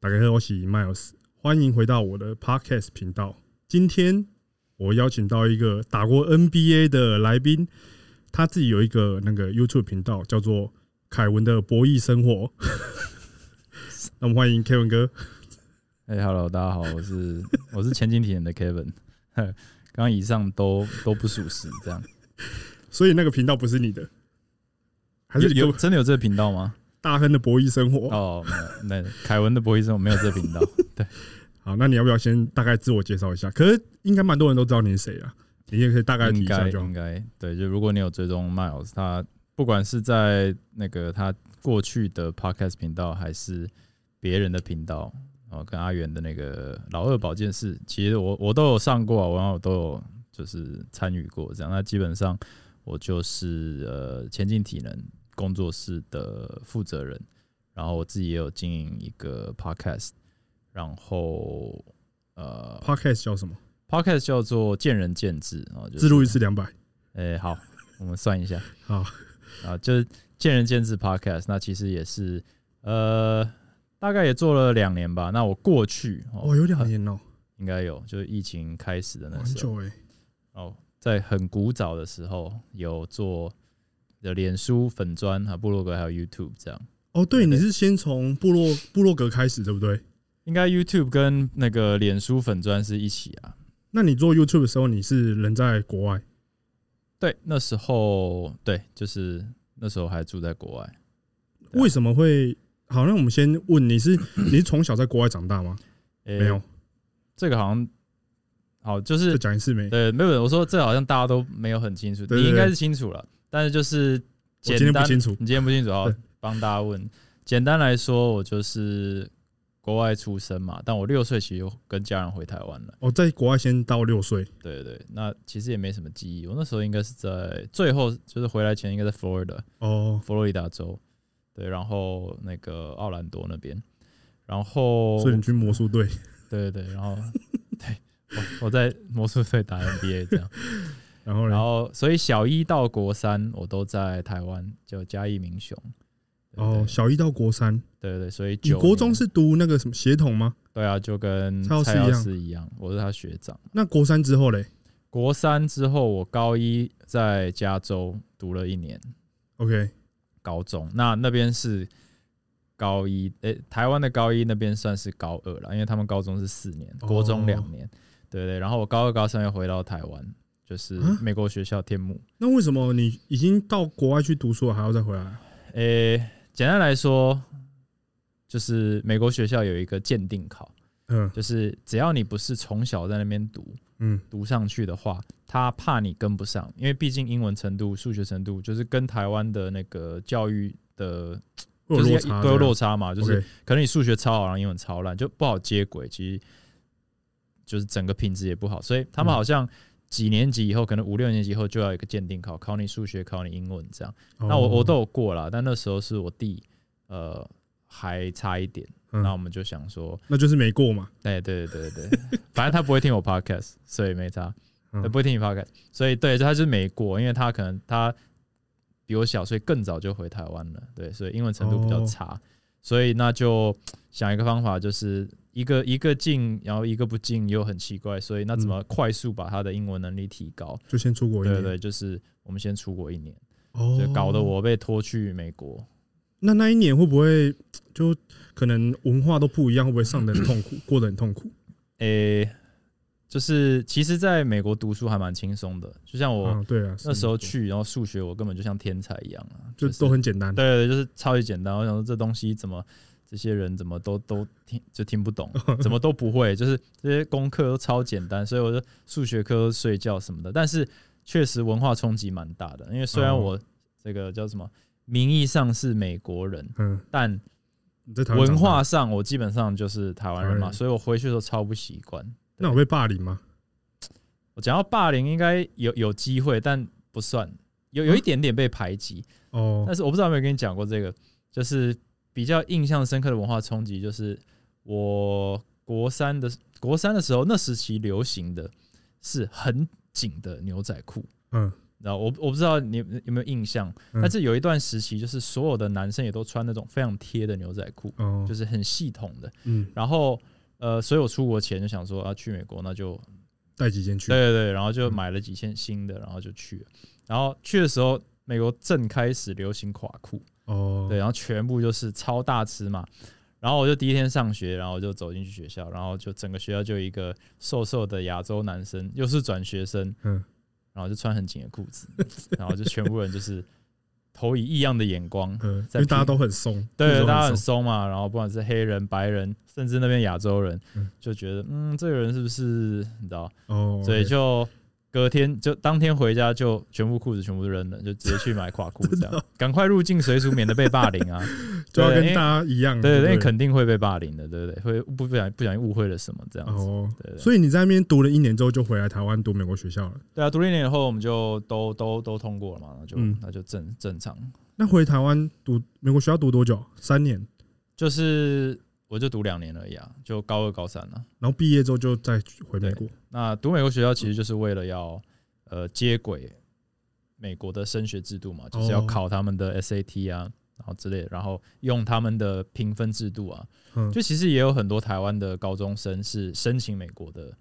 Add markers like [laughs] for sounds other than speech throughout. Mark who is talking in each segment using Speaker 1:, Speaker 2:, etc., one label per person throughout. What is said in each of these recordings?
Speaker 1: 大家好，我是 Miles，欢迎回到我的 Podcast 频道。今天我邀请到一个打过 NBA 的来宾，他自己有一个那个 YouTube 频道，叫做凯文的博弈生活。 [laughs] 那我们欢迎 Kevin 哥。
Speaker 2: 哎、h e l l o 大家好，我是我是前景体验的 Kevin，刚刚以上都都不属实，这样
Speaker 1: 所以那个频道不是你的，还是
Speaker 2: 有
Speaker 1: 你
Speaker 2: 有
Speaker 1: 有
Speaker 2: 真的有这个频道吗？
Speaker 1: 大亨的博弈生活？
Speaker 2: 哦，没有，那凯文的博医生我没有这个频道，对，
Speaker 1: 好，那你要不要先大概自我介绍一下？可是应该蛮多人都知道你是谁啊，你也可以大概提
Speaker 2: 应
Speaker 1: 一下
Speaker 2: 该
Speaker 1: 就好
Speaker 2: 应。该对，就如果你有追踪 Miles，他不管是在那个他过去的 Podcast 频道，还是别人的频道，哦，跟阿元的那个老二保健室，其实我我都有上过啊，然后我都有就是参与过这样。那基本上我就是呃前进体能工作室的负责人，然后我自己也有经营一个 Podcast，然后呃
Speaker 1: Podcast 叫什么？
Speaker 2: Podcast 叫做见仁见智啊，哦就是
Speaker 1: 自录一次两百。
Speaker 2: 诶、好，我们算一下
Speaker 1: [laughs] 好，
Speaker 2: 啊，就是见仁见智 Podcast，那其实也是呃，大概也做了两年吧。那我过去
Speaker 1: 哦，有两，年哦，
Speaker 2: 应该有，就是疫情开始的那
Speaker 1: 很
Speaker 2: 时候
Speaker 1: 久哎。
Speaker 2: 哦，在很古早的时候有做的脸书粉砖啊、部落格还有 YouTube 这样。
Speaker 1: 哦，对，
Speaker 2: 对
Speaker 1: 你是先从部落部落格开始，对不对？
Speaker 2: 应该 YouTube 跟那个脸书粉砖是一起啊，
Speaker 1: 那你做 YouTube 的时候，你是人在国外
Speaker 2: 对，那时候对，就是那时候还住在国外，对啊
Speaker 1: 为什么会？好，那我们先问你
Speaker 2: [clears throat]
Speaker 1: 是你是从小在国外长大吗？
Speaker 2: 诶
Speaker 1: 没有，
Speaker 2: 这个好像好就是
Speaker 1: 再讲一次没？
Speaker 2: 对，没有，没有我说这好像大家都没有很清楚，
Speaker 1: 对
Speaker 2: 你应该
Speaker 1: 对
Speaker 2: 是清楚了，但是就是
Speaker 1: 今
Speaker 2: 简
Speaker 1: 天不
Speaker 2: 单，
Speaker 1: 清楚
Speaker 2: 你今天不清楚，好
Speaker 1: 对，
Speaker 2: 帮大家问。简单来说，我就是国外出生嘛，但我六岁其实就跟家人回台湾了。
Speaker 1: 我哦在国外先到六岁，
Speaker 2: 对对对，那其实也没什么记忆，我那时候应该是在最后就是回来前应该在 Florida，
Speaker 1: 哦，
Speaker 2: 佛罗里达州，对，然后那个奥兰多那边，然后
Speaker 1: 所以你去魔术队，
Speaker 2: 对对对，然后 [laughs] 对我我在魔术队打 NBA 这样。
Speaker 1: 然后
Speaker 2: 然
Speaker 1: 呢？
Speaker 2: 后，所以小一到国三我都在台湾，就嘉义民雄。对
Speaker 1: 哦，小一到国三，
Speaker 2: 对对对，所以
Speaker 1: 你
Speaker 2: 九
Speaker 1: 国
Speaker 2: 年
Speaker 1: 中是读那个什么协同吗？
Speaker 2: 对啊，就跟
Speaker 1: 蔡老师
Speaker 2: 蔡
Speaker 1: 一
Speaker 2: 老
Speaker 1: 样
Speaker 2: 师一样，我是他学长。
Speaker 1: 那国三之后嘞
Speaker 2: 国三之后，我高一在加州读了一年
Speaker 1: ？OK，
Speaker 2: 高中，那那边是高一，诶、台湾的高一那边算是高二了，因为他们高中是四年，
Speaker 1: 哦
Speaker 2: 国中两年，对对。然后我高二、高三又回到台湾，就是
Speaker 1: 啊
Speaker 2: 美国学校天母。
Speaker 1: 那为什么你已经到国外去读书了，还要再回来？啊
Speaker 2: 诶、简单来说，就是美国学校有一个鉴定考，
Speaker 1: 嗯
Speaker 2: 就是只要你不是从小在那边读
Speaker 1: 嗯，
Speaker 2: 读上去的话，他怕你跟不上，因为毕竟英文程度、数学程度就是跟台湾的那个教育的，
Speaker 1: 会有
Speaker 2: 就是
Speaker 1: 落
Speaker 2: 要
Speaker 1: 差，
Speaker 2: 都有落差嘛，
Speaker 1: 这
Speaker 2: 就
Speaker 1: 样 OK，
Speaker 2: 是可能你数学超好，然后英文超烂，就不好接轨，其实就是整个品质也不好，所以他们
Speaker 1: 嗯
Speaker 2: 好像。几年级以后，可能五六年级以后就要有一个鉴定考，考你数学，考你英文这样。那我
Speaker 1: 哦
Speaker 2: 我都有过啦，但那时候是我弟，呃，还差一点。
Speaker 1: 嗯
Speaker 2: 那我们就想说，
Speaker 1: 那就是没过嘛。
Speaker 2: 哎、对对对对，反正他不会听我 podcast，所 [laughs] 以没差，
Speaker 1: 嗯
Speaker 2: 他不会听你 podcast，所以对，他就是没过，因为他可能他比我小，所以更早就回台湾了，对，所以英文程度比较
Speaker 1: 哦
Speaker 2: 差，所以那就想一个方法，就是一个一个进，然后一个不进又很奇怪，所以那怎么快速把他的英文能力提高？
Speaker 1: 就先出嗯国一
Speaker 2: 对
Speaker 1: 年，
Speaker 2: 对，就是我们先出国一年，
Speaker 1: 哦
Speaker 2: 就搞得。我被拖去美国。
Speaker 1: 那那一年会不会就可能文化都不一样，会不会上的很痛 [coughs] 苦，过得很痛苦？
Speaker 2: 诶、就是其实在美国读书还蛮轻松的，就像我、
Speaker 1: 啊，对啊，是
Speaker 2: 那时候去，然后数学我根本就像天才一样啊，
Speaker 1: 就是都很简单，
Speaker 2: 对对，对就是超级简单。我想说这东西怎么这些人怎么都都听就听不懂，
Speaker 1: [laughs]
Speaker 2: 怎么都不会，就是这些功课都超简单，所以我就数学课都睡觉什么的。但是确实文化冲击蛮大的，因为虽然
Speaker 1: 哦
Speaker 2: 我这个叫什么名义上是美国人，
Speaker 1: 嗯，
Speaker 2: 但
Speaker 1: 你在台湾长
Speaker 2: 文
Speaker 1: 大
Speaker 2: 化，上我基本上就是台湾人
Speaker 1: 台湾
Speaker 2: 嘛，
Speaker 1: 人
Speaker 2: 所以我回去的时候超不习惯。
Speaker 1: 那我被霸凌吗？
Speaker 2: 我讲到霸凌，应该有有机会，但不算，有有一点点被排挤。
Speaker 1: 哦，
Speaker 2: 但是我不知道有没有跟你讲过这个，就是比较印象深刻的文化冲击，就是我国三的国三的时候，那时期流行的是很紧的牛仔裤，
Speaker 1: 嗯，
Speaker 2: 然后我我不知道你有没有印象，
Speaker 1: 嗯
Speaker 2: 但是有一段时期，就是所有的男生也都穿那种非常贴的牛仔裤，
Speaker 1: 哦
Speaker 2: 就，是很系统的。
Speaker 1: 嗯，
Speaker 2: 然后呃，所以我出国前就想说啊，去美国那就
Speaker 1: 带几件去，
Speaker 2: 对对对，然后就
Speaker 1: 嗯
Speaker 2: 买了几件新的，然后就去了。然后去的时候，美国正开始流行垮裤，
Speaker 1: 哦，
Speaker 2: 对，，然后全部就是超大尺码。然后我就第一天上学，然后我就走进去学校，然后就整个学校就一个瘦瘦的亚洲男生，又是转学生，
Speaker 1: 嗯，
Speaker 2: 然后就穿很紧的裤子， [laughs] 然后就全部人就是投以异样的眼光，
Speaker 1: 呃，因
Speaker 2: 在
Speaker 1: 为大家
Speaker 2: 拼
Speaker 1: 都很松，那时
Speaker 2: 对，
Speaker 1: 候
Speaker 2: 大家很
Speaker 1: 很，
Speaker 2: 松嘛，然后不管是黑人、白人，甚至那边亚洲人
Speaker 1: 嗯，
Speaker 2: 就觉得嗯，这个人是不是你知道？
Speaker 1: 哦，
Speaker 2: 所以
Speaker 1: OK
Speaker 2: 就隔天就当天回家就全部裤子全部扔了，就直接去买垮
Speaker 1: [laughs]
Speaker 2: 裤这样，赶快入境随俗，免得被霸凌啊。
Speaker 1: 就要
Speaker 2: 对因
Speaker 1: 跟
Speaker 2: 为
Speaker 1: 大家一样，不
Speaker 2: 对，因为
Speaker 1: 嗯对，
Speaker 2: 肯定会被霸凌的，对不对？会不不小心不小心误会了什么这样子。
Speaker 1: 哦，
Speaker 2: 对对
Speaker 1: 所以你在那边读了一年之后，就回来台湾读美国学校了。
Speaker 2: 对啊，读了一年以后，我们就都都都通过了嘛，那就
Speaker 1: 嗯
Speaker 2: 那就正正常。
Speaker 1: 那回台湾读美国学校读多久？三年，
Speaker 2: 就是我就读两年而已啊，就高二高三了。
Speaker 1: 然后毕业之后就再回美国。
Speaker 2: 那读美国学校其实就是为了要呃接轨美国的升学制度嘛，就是要
Speaker 1: 哦
Speaker 2: 考他们的 SAT 啊，然后之类的，然后用他们的评分制度啊，
Speaker 1: 嗯
Speaker 2: 就其实也有很多台湾的高中生是申请美国的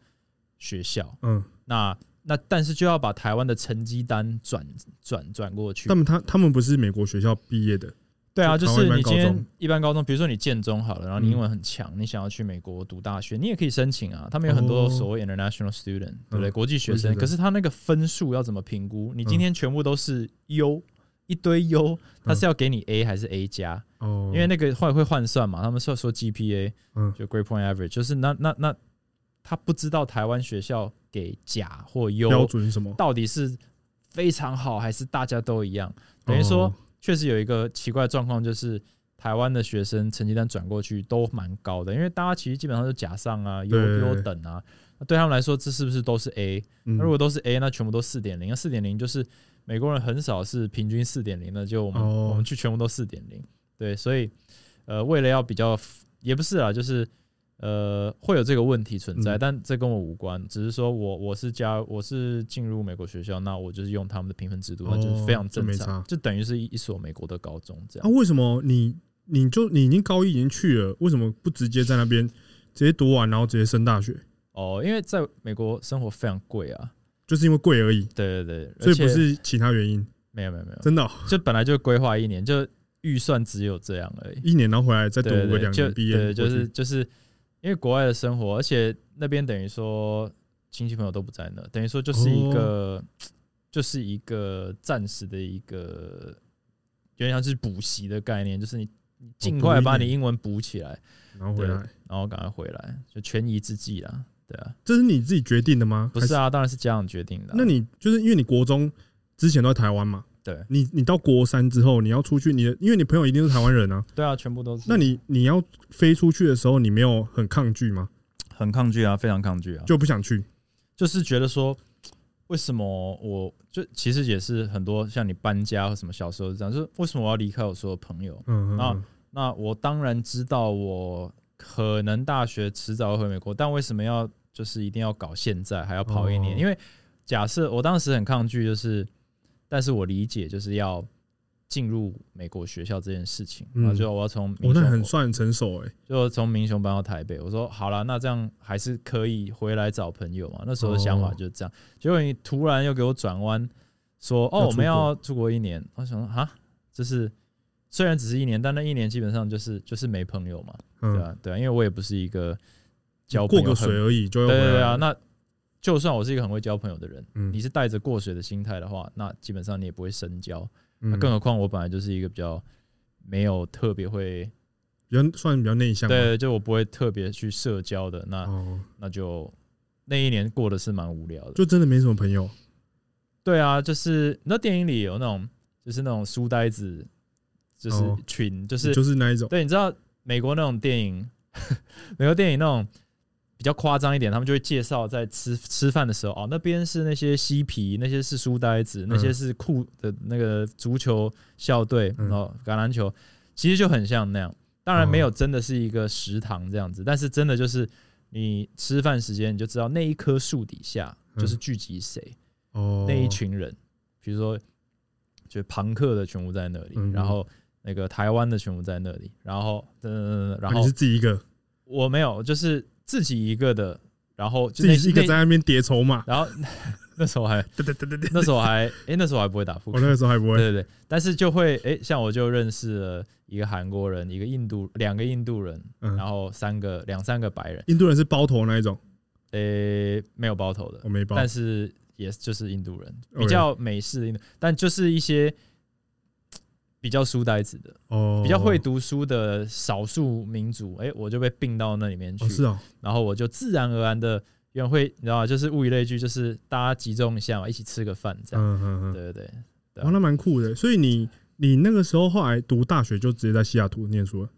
Speaker 2: 学校，
Speaker 1: 嗯，
Speaker 2: 那那但是就要把台湾的成绩单转转转过去
Speaker 1: 他。们他他们不是美国学校毕业的，
Speaker 2: 对啊，
Speaker 1: 就
Speaker 2: 就
Speaker 1: 台湾
Speaker 2: 是
Speaker 1: 一般
Speaker 2: 你今
Speaker 1: 高中
Speaker 2: 天一般高中，比如说你建中好了，然后你
Speaker 1: 嗯
Speaker 2: 英文很强，你想要去美国读大学，你也可以申请啊。他们有很多
Speaker 1: 哦
Speaker 2: 所谓 international student，、对不对？
Speaker 1: 嗯
Speaker 2: 国际学
Speaker 1: 国际
Speaker 2: 生，
Speaker 1: 生
Speaker 2: 可是他那个分数要怎么评估？你今天全部都是优。一堆优，他是要给
Speaker 1: 嗯
Speaker 2: 你 A 还是 A 加？
Speaker 1: 哦，
Speaker 2: 因为那个会会换算嘛，他们说说 GPA
Speaker 1: 嗯
Speaker 2: 就 Grade Point Average，就是那那那他不知道台湾学校给甲或
Speaker 1: 标
Speaker 2: 优
Speaker 1: 准是什么？
Speaker 2: 到底是非常好还是大家都一样，等于说
Speaker 1: 哦，
Speaker 2: 确实有一个奇怪的状况，就是台湾的学生成绩单转过去都蛮高的，因为大家其实基本上就甲上啊、优
Speaker 1: 对
Speaker 2: 优等啊，那对他们来说，这是不是都是 A？
Speaker 1: 嗯
Speaker 2: 那如果都是 A，那全部都四点零，那四点零就是美国人很少是平均四点零的，就我们、
Speaker 1: 哦
Speaker 2: 我们去全部都四点零，对，所以呃，为了要比较，也不是啊，就是。呃，会有这个问题存
Speaker 1: 嗯
Speaker 2: 在，但这跟我无关，只是说我我是加我是进入美国学校，那我就是用他们的评分制度，那就是
Speaker 1: 哦
Speaker 2: 非常
Speaker 1: 这
Speaker 2: 正
Speaker 1: 没
Speaker 2: 常
Speaker 1: 差，
Speaker 2: 就等于是一一所美国的高中这
Speaker 1: 啊，
Speaker 2: 样。
Speaker 1: 为什么你你就你已经高一已经去了，为什么不直接在那边直接读完，然后直接升大学？
Speaker 2: 哦，因为在美国生活非常贵啊，
Speaker 1: 就是因为贵而已，
Speaker 2: 对对对，
Speaker 1: 所
Speaker 2: 而
Speaker 1: 以不
Speaker 2: 且
Speaker 1: 是其他原因，
Speaker 2: 没有没有没有，
Speaker 1: 真的哦、
Speaker 2: 就本来就规划一年，就预算只有这样而已。
Speaker 1: 一年然后回来再读
Speaker 2: 对
Speaker 1: 个
Speaker 2: 对，
Speaker 1: 两
Speaker 2: 就
Speaker 1: 年毕业
Speaker 2: 对，
Speaker 1: 回去，
Speaker 2: 就是就是因为国外的生活，而且那边等于说亲戚朋友都不在那，等于说就是一个、
Speaker 1: 哦
Speaker 2: 就是一个暂时的一个，有点像是补习的概念，就是你你尽
Speaker 1: 哦补一
Speaker 2: 快
Speaker 1: 年
Speaker 2: 把你英文补起来，
Speaker 1: 然后回来，
Speaker 2: 然后赶快回来，就权宜之计啦，对啊，
Speaker 1: 这是你自己决定的吗？
Speaker 2: 不是啊，当然是家长决定的啊、
Speaker 1: 那你就是因为你国中之前都在台湾嘛？
Speaker 2: 对
Speaker 1: 你你到国三之后，你要出去，你的因为你朋友一定是台湾人啊，
Speaker 2: 对啊，全部都是，
Speaker 1: 那你你要飞出去的时候，你没有很抗拒吗？
Speaker 2: 很抗拒啊，非常抗拒啊，
Speaker 1: 就不想去，
Speaker 2: 就是觉得说，为什么我就其实也是很多像你搬家或什么小时候这样，就是为什么我要离开我所有朋友？
Speaker 1: 嗯嗯嗯
Speaker 2: 啊那我当然知道我可能大学迟早会回美国，但为什么要就是一定要搞现在还要跑一年？
Speaker 1: 哦
Speaker 2: 因为假设我当时很抗拒，就是但是我理解就是要进入美国学校这件事情，
Speaker 1: 嗯
Speaker 2: 然后就我要从
Speaker 1: 我
Speaker 2: 民
Speaker 1: 那
Speaker 2: 雄
Speaker 1: 很算很成熟哎、
Speaker 2: 就从民雄搬到台北，我说好啦，那这样还是可以回来找朋友嘛。那时候的想
Speaker 1: 哦
Speaker 2: 法就是这样，结果你突然又给我转弯，说
Speaker 1: 要
Speaker 2: 哦我
Speaker 1: 出
Speaker 2: 们要出国一年，我想说哈，就是虽然只是一年，但那一年基本上就是就是没朋友嘛，对
Speaker 1: 嗯，
Speaker 2: 啊对啊，因为我也不是一个交朋
Speaker 1: 过
Speaker 2: 友
Speaker 1: 个
Speaker 2: 很
Speaker 1: 水而已就要
Speaker 2: 对
Speaker 1: 回
Speaker 2: 对
Speaker 1: 来
Speaker 2: 对
Speaker 1: 了
Speaker 2: 啊，那就算我是一个很会交朋友的人，
Speaker 1: 嗯
Speaker 2: 你是带着过水的心态的话，那基本上你也不会深交，那
Speaker 1: 嗯
Speaker 2: 更何况我本来就是一个比较没有特别会。
Speaker 1: 比较算比较内向嘛，啊
Speaker 2: 对，就我不会特别去社交的，那、
Speaker 1: 哦，
Speaker 2: 那就那一年过得是蛮无聊的。
Speaker 1: 就真的没什么朋友，
Speaker 2: 对啊，就是那电影里有那种，就是那种书呆子，就是
Speaker 1: 哦
Speaker 2: 群，
Speaker 1: 就
Speaker 2: 就、
Speaker 1: 是就是那一种，
Speaker 2: 对，你知道美国那种电影， [laughs] 美国电影那种比较夸张一点，他们就会介绍在吃吃饭的时候，哦，那边是那些嬉皮，那些是书呆子，那些是酷的那个足球校队，
Speaker 1: 嗯
Speaker 2: 然后橄榄球，其实就很像那样。当然
Speaker 1: 哦
Speaker 2: 没有真的是一个食堂这样子，但是真的就是你吃饭时间你就知道那一棵树底下就是聚集谁，
Speaker 1: 哦，
Speaker 2: 那一群人，比如说就朋克的全部在那里，
Speaker 1: 嗯
Speaker 2: 然后那个台湾的全部在那里，然后嗯，然
Speaker 1: 啊你
Speaker 2: 后
Speaker 1: 是自己一个，
Speaker 2: 我没有，就是自己一个的，然后就
Speaker 1: 自
Speaker 2: 那
Speaker 1: 己一个
Speaker 2: 那
Speaker 1: 在那边叠筹码， [laughs]
Speaker 2: 然后 [laughs] 那时候还
Speaker 1: 对对对对对，
Speaker 2: 那时候还哎、那时候还不会打扑
Speaker 1: 我
Speaker 2: 克
Speaker 1: 哦那，个时候还不会，
Speaker 2: 对对对，但是就会哎、诶像我就认识了一个韩国人，一个印度，两个印度人，
Speaker 1: 嗯
Speaker 2: 然，后三个两三个白人，
Speaker 1: 印度人是包头那一种，
Speaker 2: 哎、没有包头的
Speaker 1: 我，没包，
Speaker 2: 但是也就是印度人，
Speaker 1: OK
Speaker 2: 比较美式的印度，但就是一些比较书呆子的，
Speaker 1: 哦，
Speaker 2: 比较会读书的少数民族，哎、我就被并到那里面去，
Speaker 1: 哦，是哦，
Speaker 2: 然后我就自然而然的。因为会，你知道吗？就是物以类聚，就是大家集中一下嘛，一起吃个饭这样。
Speaker 1: 嗯嗯嗯，
Speaker 2: 对对对，对啊
Speaker 1: 哇，那蛮酷的。所以你你那个时候后来读大学就直接在西雅图念书了，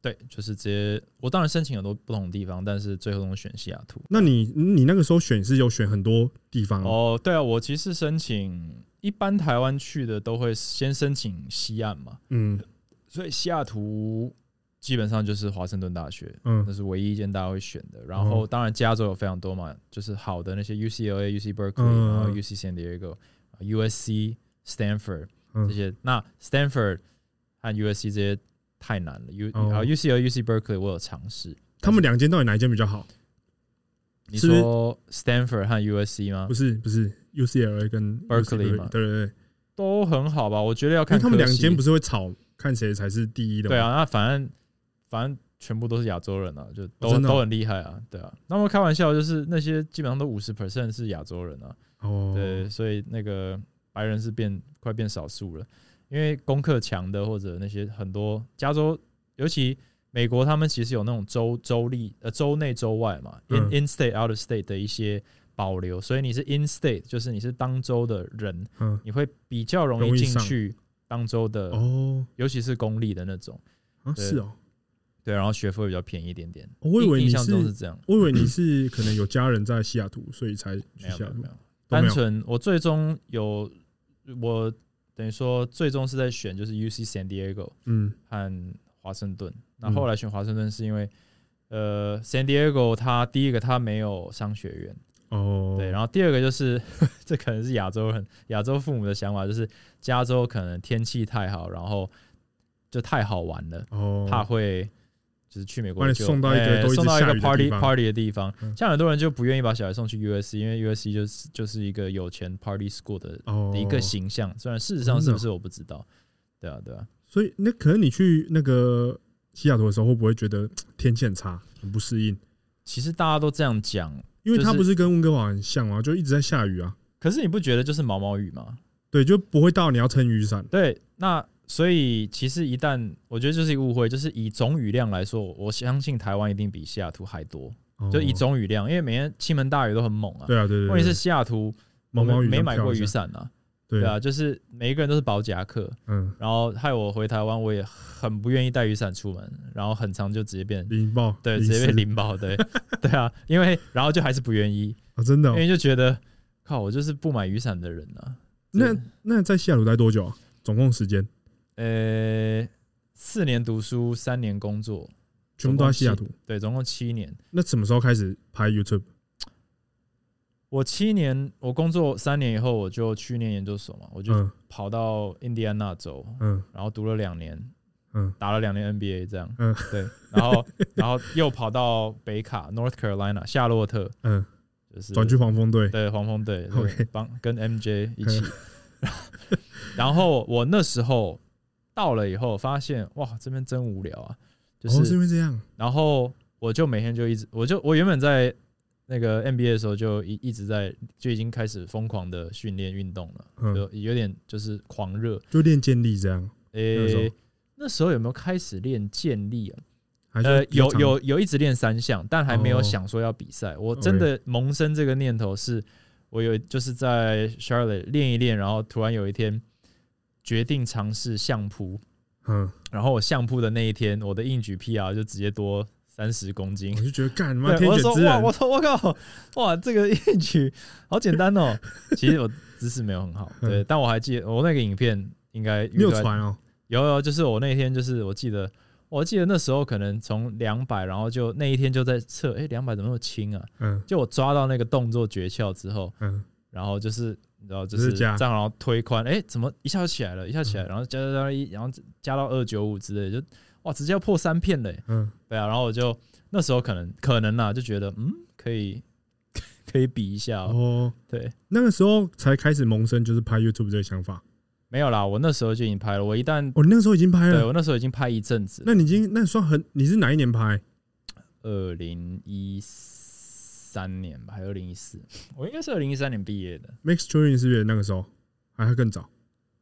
Speaker 2: 对，就是直接我当然申请很多不同的地方，但是最后都选西雅图。
Speaker 1: 那你你那个时候选是有选很多地方哦，
Speaker 2: 哦，对啊，我其实申请一般台湾去的都会先申请西岸嘛，
Speaker 1: 嗯
Speaker 2: 所以西雅图基本上就是华盛顿大学，
Speaker 1: 嗯
Speaker 2: 那是唯一一间大家会选的。然后当然加州有非常多嘛，就是好的那些 UCLA、UC Berkeley，
Speaker 1: 嗯
Speaker 2: 然后 UC San Diego、USC、Stanford 这
Speaker 1: 嗯，
Speaker 2: 些。那 Stanford 和 USC 这些太难了，U
Speaker 1: 哦
Speaker 2: 啊 UCLA、UC Berkeley 我有尝试。
Speaker 1: 他们两间到底哪一间比较好？
Speaker 2: 你
Speaker 1: 是不是
Speaker 2: 说 Stanford 和 USC 吗
Speaker 1: 不？是不是 UCLA 跟
Speaker 2: Berkeley
Speaker 1: UCLA
Speaker 2: 嘛
Speaker 1: 对对对，
Speaker 2: 都很好吧？我觉得要
Speaker 1: 因
Speaker 2: 看
Speaker 1: 为他们
Speaker 2: 科
Speaker 1: 两
Speaker 2: 系
Speaker 1: 间不是会吵看谁才是第一的吗？
Speaker 2: 对啊，那反正反正全部都是亚洲人啊，就都、
Speaker 1: 哦真的哦
Speaker 2: 都很厉害啊，对啊。那么开玩笑，就是那些基本上都五十 percent 是亚洲人啊，
Speaker 1: 哦，
Speaker 2: 对，所以那个白人是变快变少数了，因为功课强的或者那些很多加州，尤其美国，他们其实有那种州州立呃州内州外嘛，in、
Speaker 1: 嗯
Speaker 2: in state out of state 的一些保留，所以你是 in state，就是你是当州的人，
Speaker 1: 嗯
Speaker 2: 你会比较容
Speaker 1: 容
Speaker 2: 易
Speaker 1: 易
Speaker 2: 进
Speaker 1: 上
Speaker 2: 去当州的，
Speaker 1: 哦
Speaker 2: 尤其是公立的那种。
Speaker 1: 啊
Speaker 2: 对
Speaker 1: 是哦，
Speaker 2: 对，然后学费会比较便宜一点点。
Speaker 1: 我以为
Speaker 2: 印
Speaker 1: 你
Speaker 2: 印象中是
Speaker 1: 是
Speaker 2: 这样，
Speaker 1: 我以为你是可能有家人在西雅图，所以才去
Speaker 2: 没有
Speaker 1: 西
Speaker 2: 没
Speaker 1: 雅
Speaker 2: 有
Speaker 1: 图
Speaker 2: 没有，
Speaker 1: 都没
Speaker 2: 单
Speaker 1: 有
Speaker 2: 纯我最终有我等于说最终是在选就是 U C San Diego
Speaker 1: 嗯
Speaker 2: 和华盛顿。那
Speaker 1: 嗯
Speaker 2: 后来选华盛顿是因为呃 San Diego 它第一个它没有商学院，
Speaker 1: 哦，
Speaker 2: 对，然后第二个就是 [laughs] 这可能是亚洲人亚洲父母的想法，就是加州可能天气太好，然后就太好玩了。
Speaker 1: 哦
Speaker 2: 怕会就是去美国
Speaker 1: 把你
Speaker 2: 就
Speaker 1: 送到一个
Speaker 2: 哎
Speaker 1: 都一直
Speaker 2: 送到一
Speaker 1: 下
Speaker 2: 个
Speaker 1: 雨的
Speaker 2: party
Speaker 1: 地方
Speaker 2: party 的地方，
Speaker 1: 嗯
Speaker 2: 像很多人就不愿意把小孩送去 USC，因为 USC 就是就是一个有钱 party school 的
Speaker 1: 哦
Speaker 2: 的一个形象，虽然事实上
Speaker 1: 真
Speaker 2: 是
Speaker 1: 的
Speaker 2: 不
Speaker 1: 哦
Speaker 2: 是我不知道，对啊对啊，
Speaker 1: 所以那可能你去那个西雅图的时候，会不会觉得天气很差，很不适应？
Speaker 2: 其实大家都这样讲，
Speaker 1: 因为它
Speaker 2: 就是
Speaker 1: 不是跟温哥华很像吗？就一直在下雨啊，
Speaker 2: 可是你不觉得就是毛毛雨吗？
Speaker 1: 对，就不会到你要撑雨伞。
Speaker 2: 对，那。所以其实一旦我觉得就是一个误会，就是以总雨量来说，我相信台湾一定比西雅图还多，就以
Speaker 1: 一
Speaker 2: 总雨量，因为每天倾盆大雨都很猛
Speaker 1: 哦
Speaker 2: 啊。
Speaker 1: 对啊，对对对，
Speaker 2: 问题是西雅图，
Speaker 1: 毛毛
Speaker 2: 我
Speaker 1: 雨
Speaker 2: 们没买过雨
Speaker 1: 伞，
Speaker 2: 伞啊，
Speaker 1: 对
Speaker 2: 对啊，，就是每一个人都是保夹克，
Speaker 1: 嗯，
Speaker 2: 然后害我回台湾，我也很不愿意带雨伞出门，然后很长就直接变
Speaker 1: 淋爆， [laughs]
Speaker 2: 对，直接被
Speaker 1: 湿
Speaker 2: 淋爆，对 [laughs] 对啊，因为然后就还是不愿意，
Speaker 1: 啊，真的
Speaker 2: 因
Speaker 1: 哦、
Speaker 2: 为就觉得靠，我就是不买雨伞的人啊。
Speaker 1: 那
Speaker 2: 对
Speaker 1: 那在西雅图待多久、啊？总共时间
Speaker 2: 呃，四年读书，三年工作，
Speaker 1: 全部都在西雅图。
Speaker 2: 对，总共七年。
Speaker 1: 那什么时候开始拍 YouTube？
Speaker 2: 我七年，我工作三年以后，我就去念研究所嘛，我就
Speaker 1: 嗯
Speaker 2: 跑到印第安纳州，
Speaker 1: 嗯
Speaker 2: 然后读了两年，
Speaker 1: 嗯，
Speaker 2: 打了两年 NBA 这样，
Speaker 1: 嗯
Speaker 2: 对，然后然后又跑到北卡 North Carolina 夏洛特，
Speaker 1: 嗯，
Speaker 2: 就是
Speaker 1: 转去黄蜂队。
Speaker 2: 对黄蜂队，对
Speaker 1: OK 嗯
Speaker 2: 帮跟 MJ 一起， [laughs] 然后我那时候到了以后，发现哇这边真无聊啊，就
Speaker 1: 哦，是因
Speaker 2: 是
Speaker 1: 为这样，
Speaker 2: 然后我就每天就一直，我就我原本在。那个 NBA 的时候就一一直在就已经开始疯狂的训练运动了，
Speaker 1: 嗯，
Speaker 2: 就有点就是狂热。
Speaker 1: 就练健力这样，那时候
Speaker 2: 诶、那时候有没有开始练健力啊？
Speaker 1: 还是
Speaker 2: 呃，
Speaker 1: 平
Speaker 2: 有
Speaker 1: 常
Speaker 2: 有有一直练三项，但还没有
Speaker 1: 哦
Speaker 2: 想说要比赛。我真的萌生这个念头是，我有就是在 Charlotte 练一练，然后突然有一天决定尝试相扑，
Speaker 1: 嗯，
Speaker 2: 然后我相扑的那一天，我的硬举 PR 就直接多三十公斤
Speaker 1: [laughs] 我。就觉得干他妈
Speaker 2: 对，
Speaker 1: 天
Speaker 2: 我就
Speaker 1: 选
Speaker 2: 说
Speaker 1: 之
Speaker 2: 哇，
Speaker 1: 人
Speaker 2: 我，操，我靠，哇，这个硬举好简单哦。其实我姿势没有很好，
Speaker 1: [laughs]
Speaker 2: 对，但我还记得我那个影片应该
Speaker 1: 你有
Speaker 2: 应该
Speaker 1: 传哦，
Speaker 2: 有有，就是我那天就是我记得，我记得那时候可能从两百，然后就那一天就在测，哎、两百怎么那么轻啊？
Speaker 1: 嗯
Speaker 2: 就我抓到那个动作诀窍之后，
Speaker 1: 嗯，
Speaker 2: 然后就是你知道，就
Speaker 1: 就是是加
Speaker 2: 这样，然后推宽，哎、怎么一下就起来了，一下起来，然后加加加一，然后加到二九五之类的，就哇，直接要破三片嘞、
Speaker 1: 嗯，
Speaker 2: 对啊，然后我就那时候可能可能啦，就觉得嗯，可以 [laughs] 可以比一下、哦，
Speaker 1: 哦，
Speaker 2: 对，
Speaker 1: 那个时候才开始萌生就是拍 YouTube 这个想法。
Speaker 2: 没有啦，我那时候就已经拍了，我一旦
Speaker 1: 哦，你那个时候已经拍
Speaker 2: 对
Speaker 1: 了，
Speaker 2: 我那时候已经拍一阵子了，
Speaker 1: 那你已经那算很，你是哪一年拍？
Speaker 2: 二零一三年吧，还二零一四， [laughs] 我应该是二零一三年毕业的，
Speaker 1: Max Turing 是不是也那个时候？还还更早？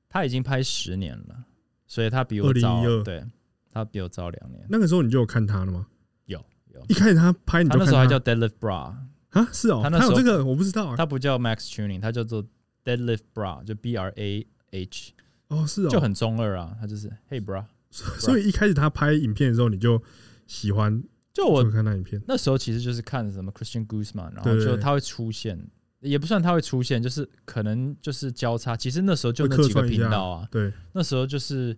Speaker 2: 他已经拍十年了，所以他比我早
Speaker 1: 2012，
Speaker 2: 对他比我早两年，
Speaker 1: 那个时候你就有看他了吗？
Speaker 2: 有有，
Speaker 1: 一开始他拍你
Speaker 2: 他
Speaker 1: 就
Speaker 2: 那
Speaker 1: 看
Speaker 2: 时候还叫 Deadlift Bra，
Speaker 1: 啊，是哦，
Speaker 2: 他那
Speaker 1: 他
Speaker 2: 时
Speaker 1: 有这
Speaker 2: 候
Speaker 1: 个我不知道啊。
Speaker 2: 他不叫 Max Tuning，他叫做 Deadlift Bra，就 B R A H，
Speaker 1: 哦，是哦，
Speaker 2: 就很中二啊，他就是 Hey Bra，
Speaker 1: 所以一开始他拍影片的时候，你就喜欢
Speaker 2: 就我
Speaker 1: 就看他影片。
Speaker 2: 那时候其实就是看什么 Christian Guzman，然后
Speaker 1: 对
Speaker 2: 就他会出现，也不算他会出现，就是可能就是交叉。其实那时候就
Speaker 1: 会
Speaker 2: 那
Speaker 1: 客
Speaker 2: 几个
Speaker 1: 串一
Speaker 2: 频
Speaker 1: 下
Speaker 2: 道啊，
Speaker 1: 对，
Speaker 2: 那时候就是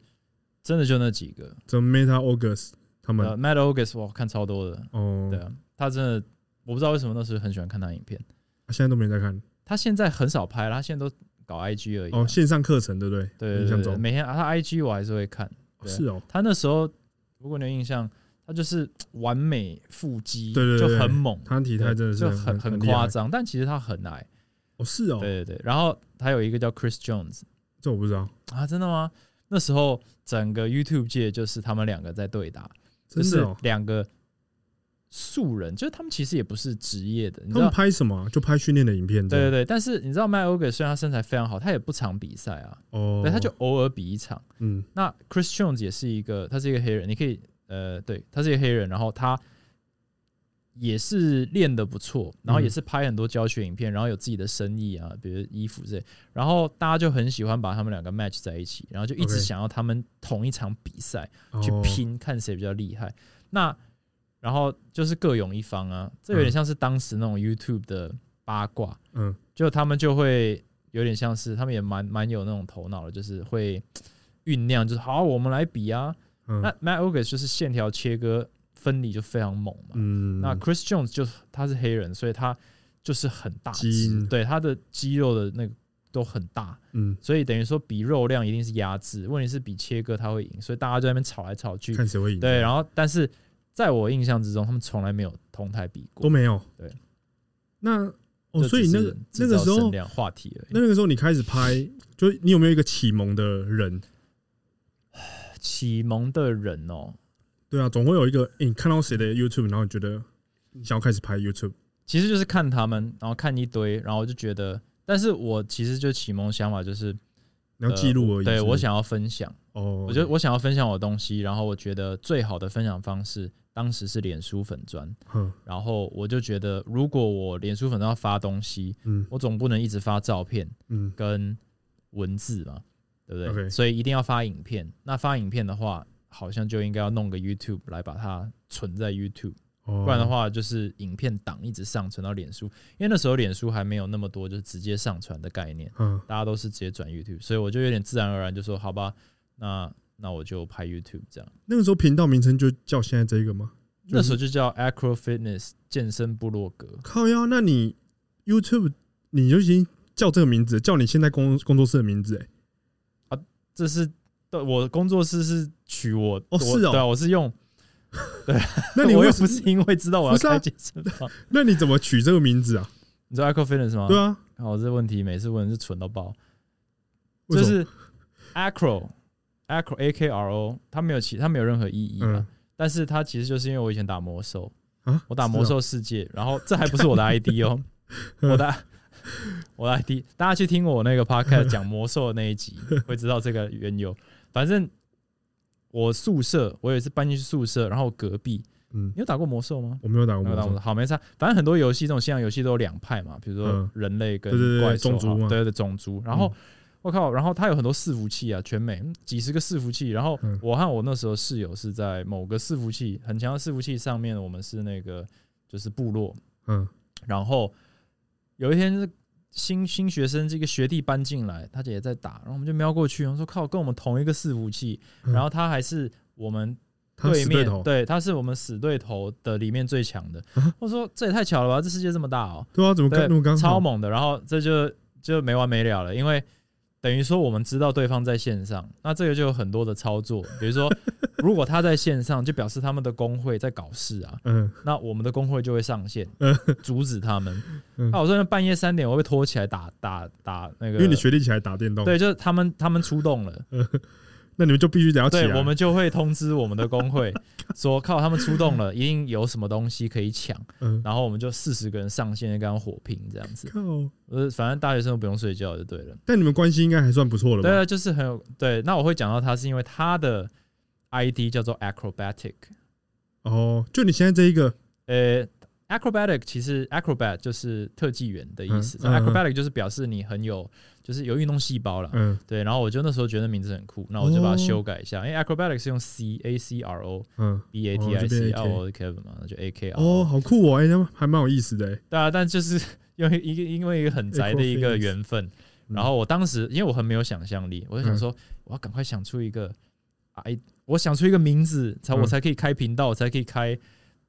Speaker 2: 真的就那几个。
Speaker 1: 怎么 Meta August 他们
Speaker 2: 呃，Matt August 我看超多的，
Speaker 1: 哦
Speaker 2: 对，啊，他真的我不知道为什么那时候很喜欢看他影片。
Speaker 1: 啊现在都没人在看
Speaker 2: 他现在很少拍了，他现在都搞 IG 而已啊。
Speaker 1: 哦，线上课程对不对？
Speaker 2: 对
Speaker 1: 印
Speaker 2: 对
Speaker 1: 象
Speaker 2: 对对，
Speaker 1: 中
Speaker 2: 每天啊，他 IG 我还是会看。对
Speaker 1: 是哦，
Speaker 2: 他那时候如果你有印象，他就是完美腹肌，
Speaker 1: 对对对对
Speaker 2: 就很猛，
Speaker 1: 他体态
Speaker 2: 对
Speaker 1: 真的是
Speaker 2: 就很
Speaker 1: 很
Speaker 2: 很
Speaker 1: 厉害
Speaker 2: 夸张，但其实他很矮。
Speaker 1: 哦，是哦，
Speaker 2: 对对对，然后还有一个叫 Chris Jones
Speaker 1: 这我不知道，
Speaker 2: 啊，真的吗？那时候整个 YouTube 界就是他们两个在对打，就
Speaker 1: 真
Speaker 2: 是
Speaker 1: 的哦。
Speaker 2: 两个素人，就是他们其实也不是职业的，你
Speaker 1: 他
Speaker 2: 知
Speaker 1: 们
Speaker 2: 道？
Speaker 1: 拍什么啊、就拍训练的影片，
Speaker 2: 对对对，但是你知道麦欧给虽然他身材非常好，他也不常比赛啊，
Speaker 1: 对，哦，
Speaker 2: 对，他就偶尔比一场。
Speaker 1: 嗯，
Speaker 2: 那 Chris Jones 也是一个，他是一个黑人，你可以呃，对，他是一个黑人，然后他也是练得不错，然
Speaker 1: 嗯
Speaker 2: 后也是拍很多教学影片，然后有自己的生意啊，比如衣服这些，然后大家就很喜欢把他们两个 match 在一起，然后就一直
Speaker 1: OK
Speaker 2: 想要他们同一场比赛
Speaker 1: 哦
Speaker 2: 去拼，看谁比较厉害。那然后就是各有一方啊，这有点
Speaker 1: 嗯
Speaker 2: 像是当时那种 YouTube 的八卦，
Speaker 1: 嗯，
Speaker 2: 就他们就会有点像是他们也蛮蛮有那种头脑的，就是会酝酿，就是好，我们来比啊。
Speaker 1: 嗯
Speaker 2: 那 Matt Ogus 就是线条切割分离就非常猛嘛。
Speaker 1: 嗯，
Speaker 2: 那 Chris Jones 就是他是黑人，所以他就是很大
Speaker 1: 基
Speaker 2: 只，
Speaker 1: 因
Speaker 2: 对他的肌肉的那个都很大，
Speaker 1: 嗯，
Speaker 2: 所以等于说比肉量一定是压制。问题是比切割他会赢，所以大家就在那边吵来吵去。
Speaker 1: 看谁会赢，
Speaker 2: 对，然后但是在我印象之中，他们从来没有同台比过
Speaker 1: 都。没有，
Speaker 2: 对，
Speaker 1: 那哦，
Speaker 2: 就
Speaker 1: 所以
Speaker 2: 只
Speaker 1: 那
Speaker 2: 是
Speaker 1: 个
Speaker 2: 制
Speaker 1: 那个
Speaker 2: 造
Speaker 1: 时候
Speaker 2: 声，量话题而已。
Speaker 1: 那个时候你开始拍，就你有没有一个启蒙的人？
Speaker 2: 启蒙的人哦，
Speaker 1: 对啊，总会有一个，诶你看到谁的 YouTube，然后你觉得你想要开始拍 YouTube，
Speaker 2: 其实就是看他们，然后看一堆，然后就觉得，但是我其实就启蒙想法就是
Speaker 1: 你要记录而已。
Speaker 2: 呃对
Speaker 1: 是不
Speaker 2: 我
Speaker 1: 是
Speaker 2: 想要分享，
Speaker 1: 哦，
Speaker 2: 我觉得我想要分享我的东西，然后我觉得最好的分享方式当时是脸书粉砖，
Speaker 1: 嗯
Speaker 2: 然后我就觉得如果我脸书粉砖要发东西，
Speaker 1: 嗯
Speaker 2: 我总不能一直发照片
Speaker 1: 嗯
Speaker 2: 跟文字嘛，对不对
Speaker 1: OK
Speaker 2: 所以一定要发影片。那发影片的话，好像就应该要弄个 YouTube 来把它存在 YouTube。
Speaker 1: 哦，
Speaker 2: 不然的话就是影片档一直上传到脸书，因为那时候脸书还没有那么多就是直接上传的概念，
Speaker 1: 嗯
Speaker 2: 大家都是直接转 YouTube，所以我就有点自然而然就说好吧，那那我就拍 YouTube 这样。
Speaker 1: 那个时候频道名称就叫现在这个吗？就是
Speaker 2: 那时候就叫 Acro Fitness 健身部落格，
Speaker 1: 靠呀，那你 YouTube 你就已经叫这个名字，叫你现在工工作室的名字、欸，
Speaker 2: 这是对我工作室是取我，
Speaker 1: 哦
Speaker 2: 我
Speaker 1: 是哦
Speaker 2: 对啊，我是用，
Speaker 1: 那你
Speaker 2: [laughs] 我
Speaker 1: 为
Speaker 2: 又
Speaker 1: 什
Speaker 2: 不是因为知道我要
Speaker 1: 不是啊
Speaker 2: 开健身房，
Speaker 1: 那你怎么取这个名字啊？
Speaker 2: 你知道 Acro Fitness 吗？
Speaker 1: 对，啊，
Speaker 2: 我这问题每次问是蠢到爆，
Speaker 1: 为
Speaker 2: 就
Speaker 1: 什么
Speaker 2: 是 acro acro a k r o，它没有其它没有任何意义啊。
Speaker 1: 嗯
Speaker 2: 但是它其实就是因为我以前打魔兽，
Speaker 1: 啊，
Speaker 2: 我打
Speaker 1: 是
Speaker 2: 魔
Speaker 1: 哦
Speaker 2: 兽世界，然后这还不是
Speaker 1: [laughs]
Speaker 2: 我的 ID 哦，我的 [laughs] 我的 ID，大家去听我那个
Speaker 1: [laughs]
Speaker 2: podcast 讲魔兽的那一集，会知道这个缘由。反正我宿舍，我有一次搬进去宿舍，然后隔壁，
Speaker 1: 嗯，
Speaker 2: 你有打过魔兽吗？
Speaker 1: 我没有打过
Speaker 2: 没有打
Speaker 1: 魔
Speaker 2: 魔
Speaker 1: 兽，
Speaker 2: 兽，好没差，反正很多游戏这种线上游戏都有两派嘛，比如说
Speaker 1: 嗯
Speaker 2: 人类跟
Speaker 1: 对对对
Speaker 2: 怪兽啊，
Speaker 1: 种族嘛嗯
Speaker 2: 对对种族。然后我靠，然后它有很多伺服器啊，全美嗯几十个伺服器。然后
Speaker 1: 嗯
Speaker 2: 我和我那时候室友是在某个伺服器很强的伺服器上面，我们是那个就是部落。
Speaker 1: 嗯
Speaker 2: 然后有一天是新新学生这个学弟搬进来，他也在打，然后我们就瞄过去，我们说靠，跟我们同一个伺服器，
Speaker 1: 嗯
Speaker 2: 然后他还是我们
Speaker 1: 他
Speaker 2: 对
Speaker 1: 死对
Speaker 2: 面，
Speaker 1: 头，
Speaker 2: 对，他是我们死对头的里面最强的
Speaker 1: 啊。
Speaker 2: 我说这也太巧了吧，这世界这么大哦、
Speaker 1: 对啊，怎么
Speaker 2: 对
Speaker 1: 刚那么刚好
Speaker 2: 超猛的。然后这就就没完没了了，因为等于说我们知道对方在线上，那这个就有很多的
Speaker 1: [laughs]
Speaker 2: 操作，比如说如果他在线上，就表示他们的工会在搞事啊，
Speaker 1: 嗯，
Speaker 2: 那我们的工会就会上线
Speaker 1: 嗯
Speaker 2: 阻止他们。
Speaker 1: 嗯
Speaker 2: 那我说那半夜三点我会被拖起来打打打那个，
Speaker 1: 因为你学弟起来打电动，
Speaker 2: 对，就是他们他们出动了，
Speaker 1: 那你们就必须得啊要起
Speaker 2: 对
Speaker 1: 来。
Speaker 2: 我们就会通知我们的工
Speaker 1: [laughs]
Speaker 2: 会说靠他们出动了，一定有什么东西可以抢，
Speaker 1: 嗯，
Speaker 2: 然后我们就四十个人上线就跟他火拼这样子。
Speaker 1: 靠，
Speaker 2: 呃，反正大学生都不用睡觉就对了。
Speaker 1: 但你们关系应该还算不错了
Speaker 2: 对
Speaker 1: 吧？
Speaker 2: 啊，就是很有对。那我会讲到他是因为他的 ID 叫做 Acrobatic，
Speaker 1: 哦，就你现在这一个，
Speaker 2: 呃，acrobatic 其实 acrobat 就是特技员的意思、
Speaker 1: 嗯嗯
Speaker 2: a c r o b a t i c 就是表示你很有，就是有运动细胞啦。
Speaker 1: 嗯
Speaker 2: 对，然后我就那时候觉得名字很酷，那我就把
Speaker 1: 哦
Speaker 2: 它修改一下，因为 acrobatic 是用 c a c r o
Speaker 1: 嗯，
Speaker 2: b a
Speaker 1: 哦
Speaker 2: t i
Speaker 1: 这
Speaker 2: c
Speaker 1: 边
Speaker 2: r o Kevin 嘛，那就 a k r
Speaker 1: 哦，
Speaker 2: o。
Speaker 1: 好酷哦，哎，那还蛮有意思的，哎
Speaker 2: 对啊，但就是 [laughs] 因为一个因为一个很宅的一个缘分，
Speaker 1: 嗯
Speaker 2: 然后我当时因为我很没有想象力，我就想说我要赶快想出一个 i，我想出一个名字才我
Speaker 1: 嗯
Speaker 2: 才可以开频道，我才可以开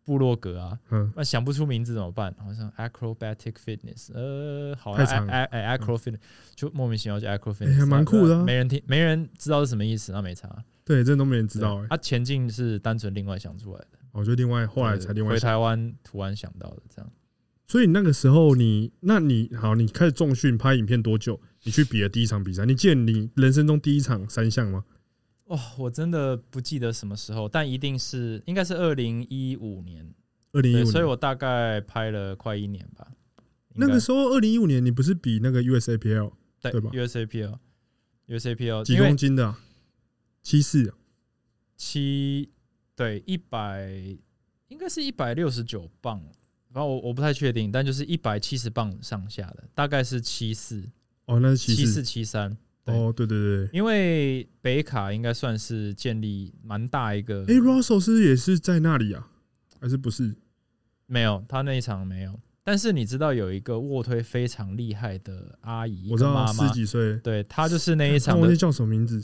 Speaker 2: 部落格啊。
Speaker 1: 嗯，
Speaker 2: 那想不出名字怎么办？好像 acrobatic fitness，呃，好
Speaker 1: 太
Speaker 2: 像
Speaker 1: 长了嗯
Speaker 2: a a acro fit，就莫名其妙就 acro
Speaker 1: 哎
Speaker 2: fitness，
Speaker 1: 还蛮酷的啊
Speaker 2: 没人听，没人知道是什么意思，那没差。啊
Speaker 1: 对，这都没人知道，
Speaker 2: 对
Speaker 1: 哎，
Speaker 2: 啊，前进是单纯另外想出来的，
Speaker 1: 我就另外后来才另外
Speaker 2: 回
Speaker 1: 想。
Speaker 2: 台湾突然想到的这样。
Speaker 1: 所以那个时候你，那你好，你开始重训拍影片多久？你去比了第一场比赛，你记得你人生中第一场三项吗？
Speaker 2: 哇、哦我真的不记得什么时候，但一定是应该是二零一五年，
Speaker 1: 二零一
Speaker 2: 对，
Speaker 1: 五
Speaker 2: 所以
Speaker 1: 年，
Speaker 2: 我大概拍了快一年吧。应
Speaker 1: 那
Speaker 2: 该
Speaker 1: 个时候二零一五年你不是比那个 USAPL
Speaker 2: 对
Speaker 1: 对吧
Speaker 2: USAPL，USAPL
Speaker 1: 几
Speaker 2: 因为
Speaker 1: 公斤的、啊？七四、啊
Speaker 2: 七对一百，应该是一百六十九磅，反正我我不太确定，但就是一百七十磅上下的，大概是七四
Speaker 1: 哦，那是四
Speaker 2: 七四七三。对
Speaker 1: 哦，对对对。
Speaker 2: 因为北卡应该算是建立蛮大一个，
Speaker 1: 哎、r u s s e l l 是不是也是在那里啊？还是不是？
Speaker 2: 没有他那一场没有，但是你知道有一个卧推非常厉害的阿姨，
Speaker 1: 我知道
Speaker 2: 一个
Speaker 1: 啊
Speaker 2: 妈
Speaker 1: 四十
Speaker 2: 妈，
Speaker 1: 几岁
Speaker 2: 对她就是那一
Speaker 1: 但
Speaker 2: 场
Speaker 1: 忘
Speaker 2: 的
Speaker 1: 记叫什么名字。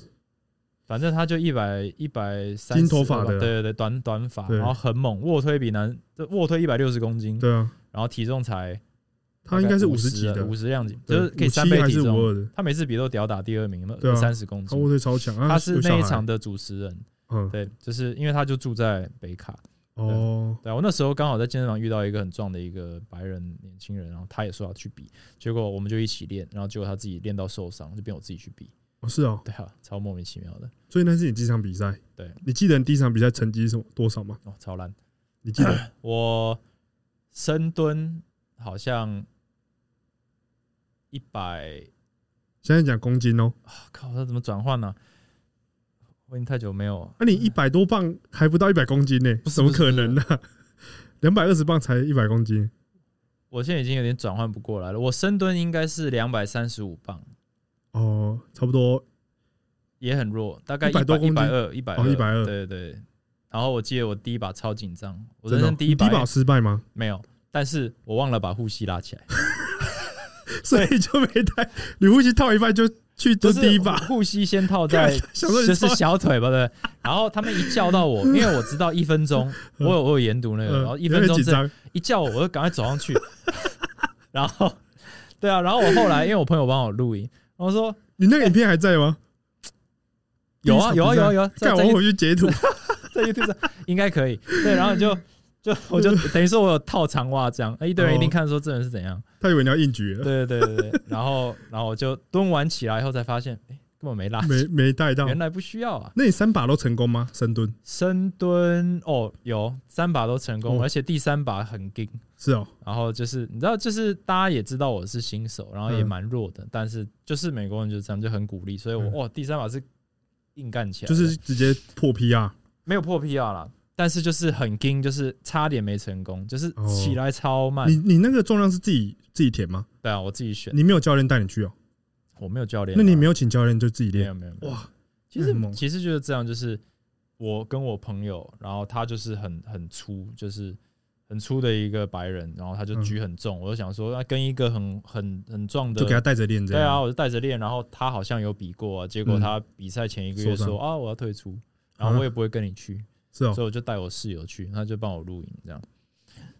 Speaker 2: 反正他就一百一百三，
Speaker 1: 金头发的
Speaker 2: 对对对，短短发，
Speaker 1: 对
Speaker 2: 然后很猛，卧推比男这卧推一百六十公斤，
Speaker 1: 对啊，
Speaker 2: 然后体重才
Speaker 1: 他应该是
Speaker 2: 五
Speaker 1: 十几的
Speaker 2: 五，十量级，
Speaker 1: 对
Speaker 2: 就是可以
Speaker 1: 57
Speaker 2: 三倍
Speaker 1: 还
Speaker 2: 体
Speaker 1: 是五
Speaker 2: 重。嗯
Speaker 1: 二的，
Speaker 2: 他每次比都吊打第二名嘛
Speaker 1: 对啊，
Speaker 2: 三十公
Speaker 1: 他卧
Speaker 2: 斤。
Speaker 1: 推超强啊。
Speaker 2: 他是
Speaker 1: 有小
Speaker 2: 那一
Speaker 1: 孩
Speaker 2: 场，的主持人，
Speaker 1: 嗯，
Speaker 2: 对，就是因为他就住在北卡，
Speaker 1: 哦，
Speaker 2: 对啊，我那时候刚好在健身房遇到一个很壮的一个白人年轻人，然后他也说要去比，结果我们就一起练，然后结果他自己练到受伤，就变我自己去比，
Speaker 1: 哦是哦，
Speaker 2: 对啊，超莫名其妙的，
Speaker 1: 所以那是你第一场比赛。
Speaker 2: 对，
Speaker 1: 你记得你第一场比赛成绩是什么多少吗？
Speaker 2: 哦，超烂。
Speaker 1: 你记
Speaker 2: [clears throat]
Speaker 1: 得
Speaker 2: 我深蹲好像一百，
Speaker 1: 现在讲公斤哦、
Speaker 2: 啊靠，它怎么转换呢？我已经太久没有，
Speaker 1: 啊那、你一百多磅还不到一百公斤呢、
Speaker 2: 不是
Speaker 1: 怎
Speaker 2: 不
Speaker 1: 么
Speaker 2: 是
Speaker 1: 可能呢、两百二十磅才一百公斤，
Speaker 2: 我现在已经有点转换不过来了。我深蹲应该是两百三十五磅，
Speaker 1: 哦，差不多
Speaker 2: 也很弱，大概
Speaker 1: 100多公
Speaker 2: 一
Speaker 1: 斤
Speaker 2: 百二，一百
Speaker 1: 哦120
Speaker 2: 对对对。然后我记得我第一把超紧张，我
Speaker 1: 真的
Speaker 2: 人
Speaker 1: 哦。
Speaker 2: 生第
Speaker 1: 你
Speaker 2: 一
Speaker 1: 第一把
Speaker 2: 把
Speaker 1: 有失败吗？
Speaker 2: 没有，但是我忘了把护膝拉起来，
Speaker 1: 所以就没带，你呼吸套一半就去 [laughs] 就
Speaker 2: 就
Speaker 1: 是第一把，
Speaker 2: 护膝先套在
Speaker 1: [laughs] 想说你
Speaker 2: 就是
Speaker 1: 超
Speaker 2: 小腿吧，对不对。然后他们一叫到我，因为我知道一
Speaker 1: [laughs]
Speaker 2: 分钟，我有我有研读那个，
Speaker 1: 嗯
Speaker 2: 然呃后一
Speaker 1: 有点
Speaker 2: 分钟
Speaker 1: 紧
Speaker 2: 之内
Speaker 1: 张，
Speaker 2: 一叫我，我就赶快走上去。 [laughs] 然后，对啊，然后我后来因为我朋友帮我录音，我说
Speaker 1: 你那个影片还在吗？
Speaker 2: 有啊
Speaker 1: 第一
Speaker 2: 有
Speaker 1: 场
Speaker 2: 啊
Speaker 1: 比赛
Speaker 2: 有啊，有啊，在
Speaker 1: 干
Speaker 2: 在
Speaker 1: 我回去截
Speaker 2: [laughs]
Speaker 1: 图，
Speaker 2: 在 YouTube 上应该可以。对，然后你就就
Speaker 1: [laughs]
Speaker 2: 我就等于说我有套长袜这样，哎一堆人
Speaker 1: 哦
Speaker 2: 一定看说这人是怎
Speaker 1: [laughs]
Speaker 2: 样。
Speaker 1: 他以为你要硬举了，
Speaker 2: 对对对对对，然后然后我就蹲完起来以后才发现，哎，根本没拉，
Speaker 1: 没没带到。
Speaker 2: 原来不需要啊。
Speaker 1: 那你三把都成功吗？深蹲
Speaker 2: 深蹲哦，有三把都成功，
Speaker 1: 哦
Speaker 2: 而且第三把很硬。
Speaker 1: 是哦，
Speaker 2: 然后就是你知道，就是大家也知道我是新手，然后也
Speaker 1: 嗯
Speaker 2: 蛮弱的，但是就是美国人就是这样，就很鼓励，所以我
Speaker 1: 嗯
Speaker 2: 哇、第三把是硬干起来
Speaker 1: 就
Speaker 2: 的，
Speaker 1: 是直接破 PR，
Speaker 2: 没有破 PR 啦，但是就是很硬，就是差点没成功，就是
Speaker 1: 哦
Speaker 2: 起来超慢。
Speaker 1: 你你那个重量是自己自己填吗？
Speaker 2: 对啊，我自己选，
Speaker 1: 你没有教练带你去哦、
Speaker 2: 我没有教练啊，
Speaker 1: 那你没
Speaker 2: 有
Speaker 1: 有请教练就自己
Speaker 2: 没
Speaker 1: 练
Speaker 2: 有？没有没有
Speaker 1: 哇，
Speaker 2: 其
Speaker 1: 那很猛
Speaker 2: 实其实就是这样，就是我跟我朋友，然后他就是很很粗，就是很粗的一个白人，然后他就
Speaker 1: 嗯
Speaker 2: 举很重，我就想说，那跟一个很很很壮的，
Speaker 1: 就给他带着练这
Speaker 2: 对
Speaker 1: 样。
Speaker 2: 啊，我就带着练，然后他好像有比过啊，结果
Speaker 1: 嗯
Speaker 2: 他比赛前一个月
Speaker 1: 受伤
Speaker 2: 说啊我要退出，然后我也不会跟你去，
Speaker 1: 是哦、
Speaker 2: 所以我就带我室友去，他就帮我录影这样。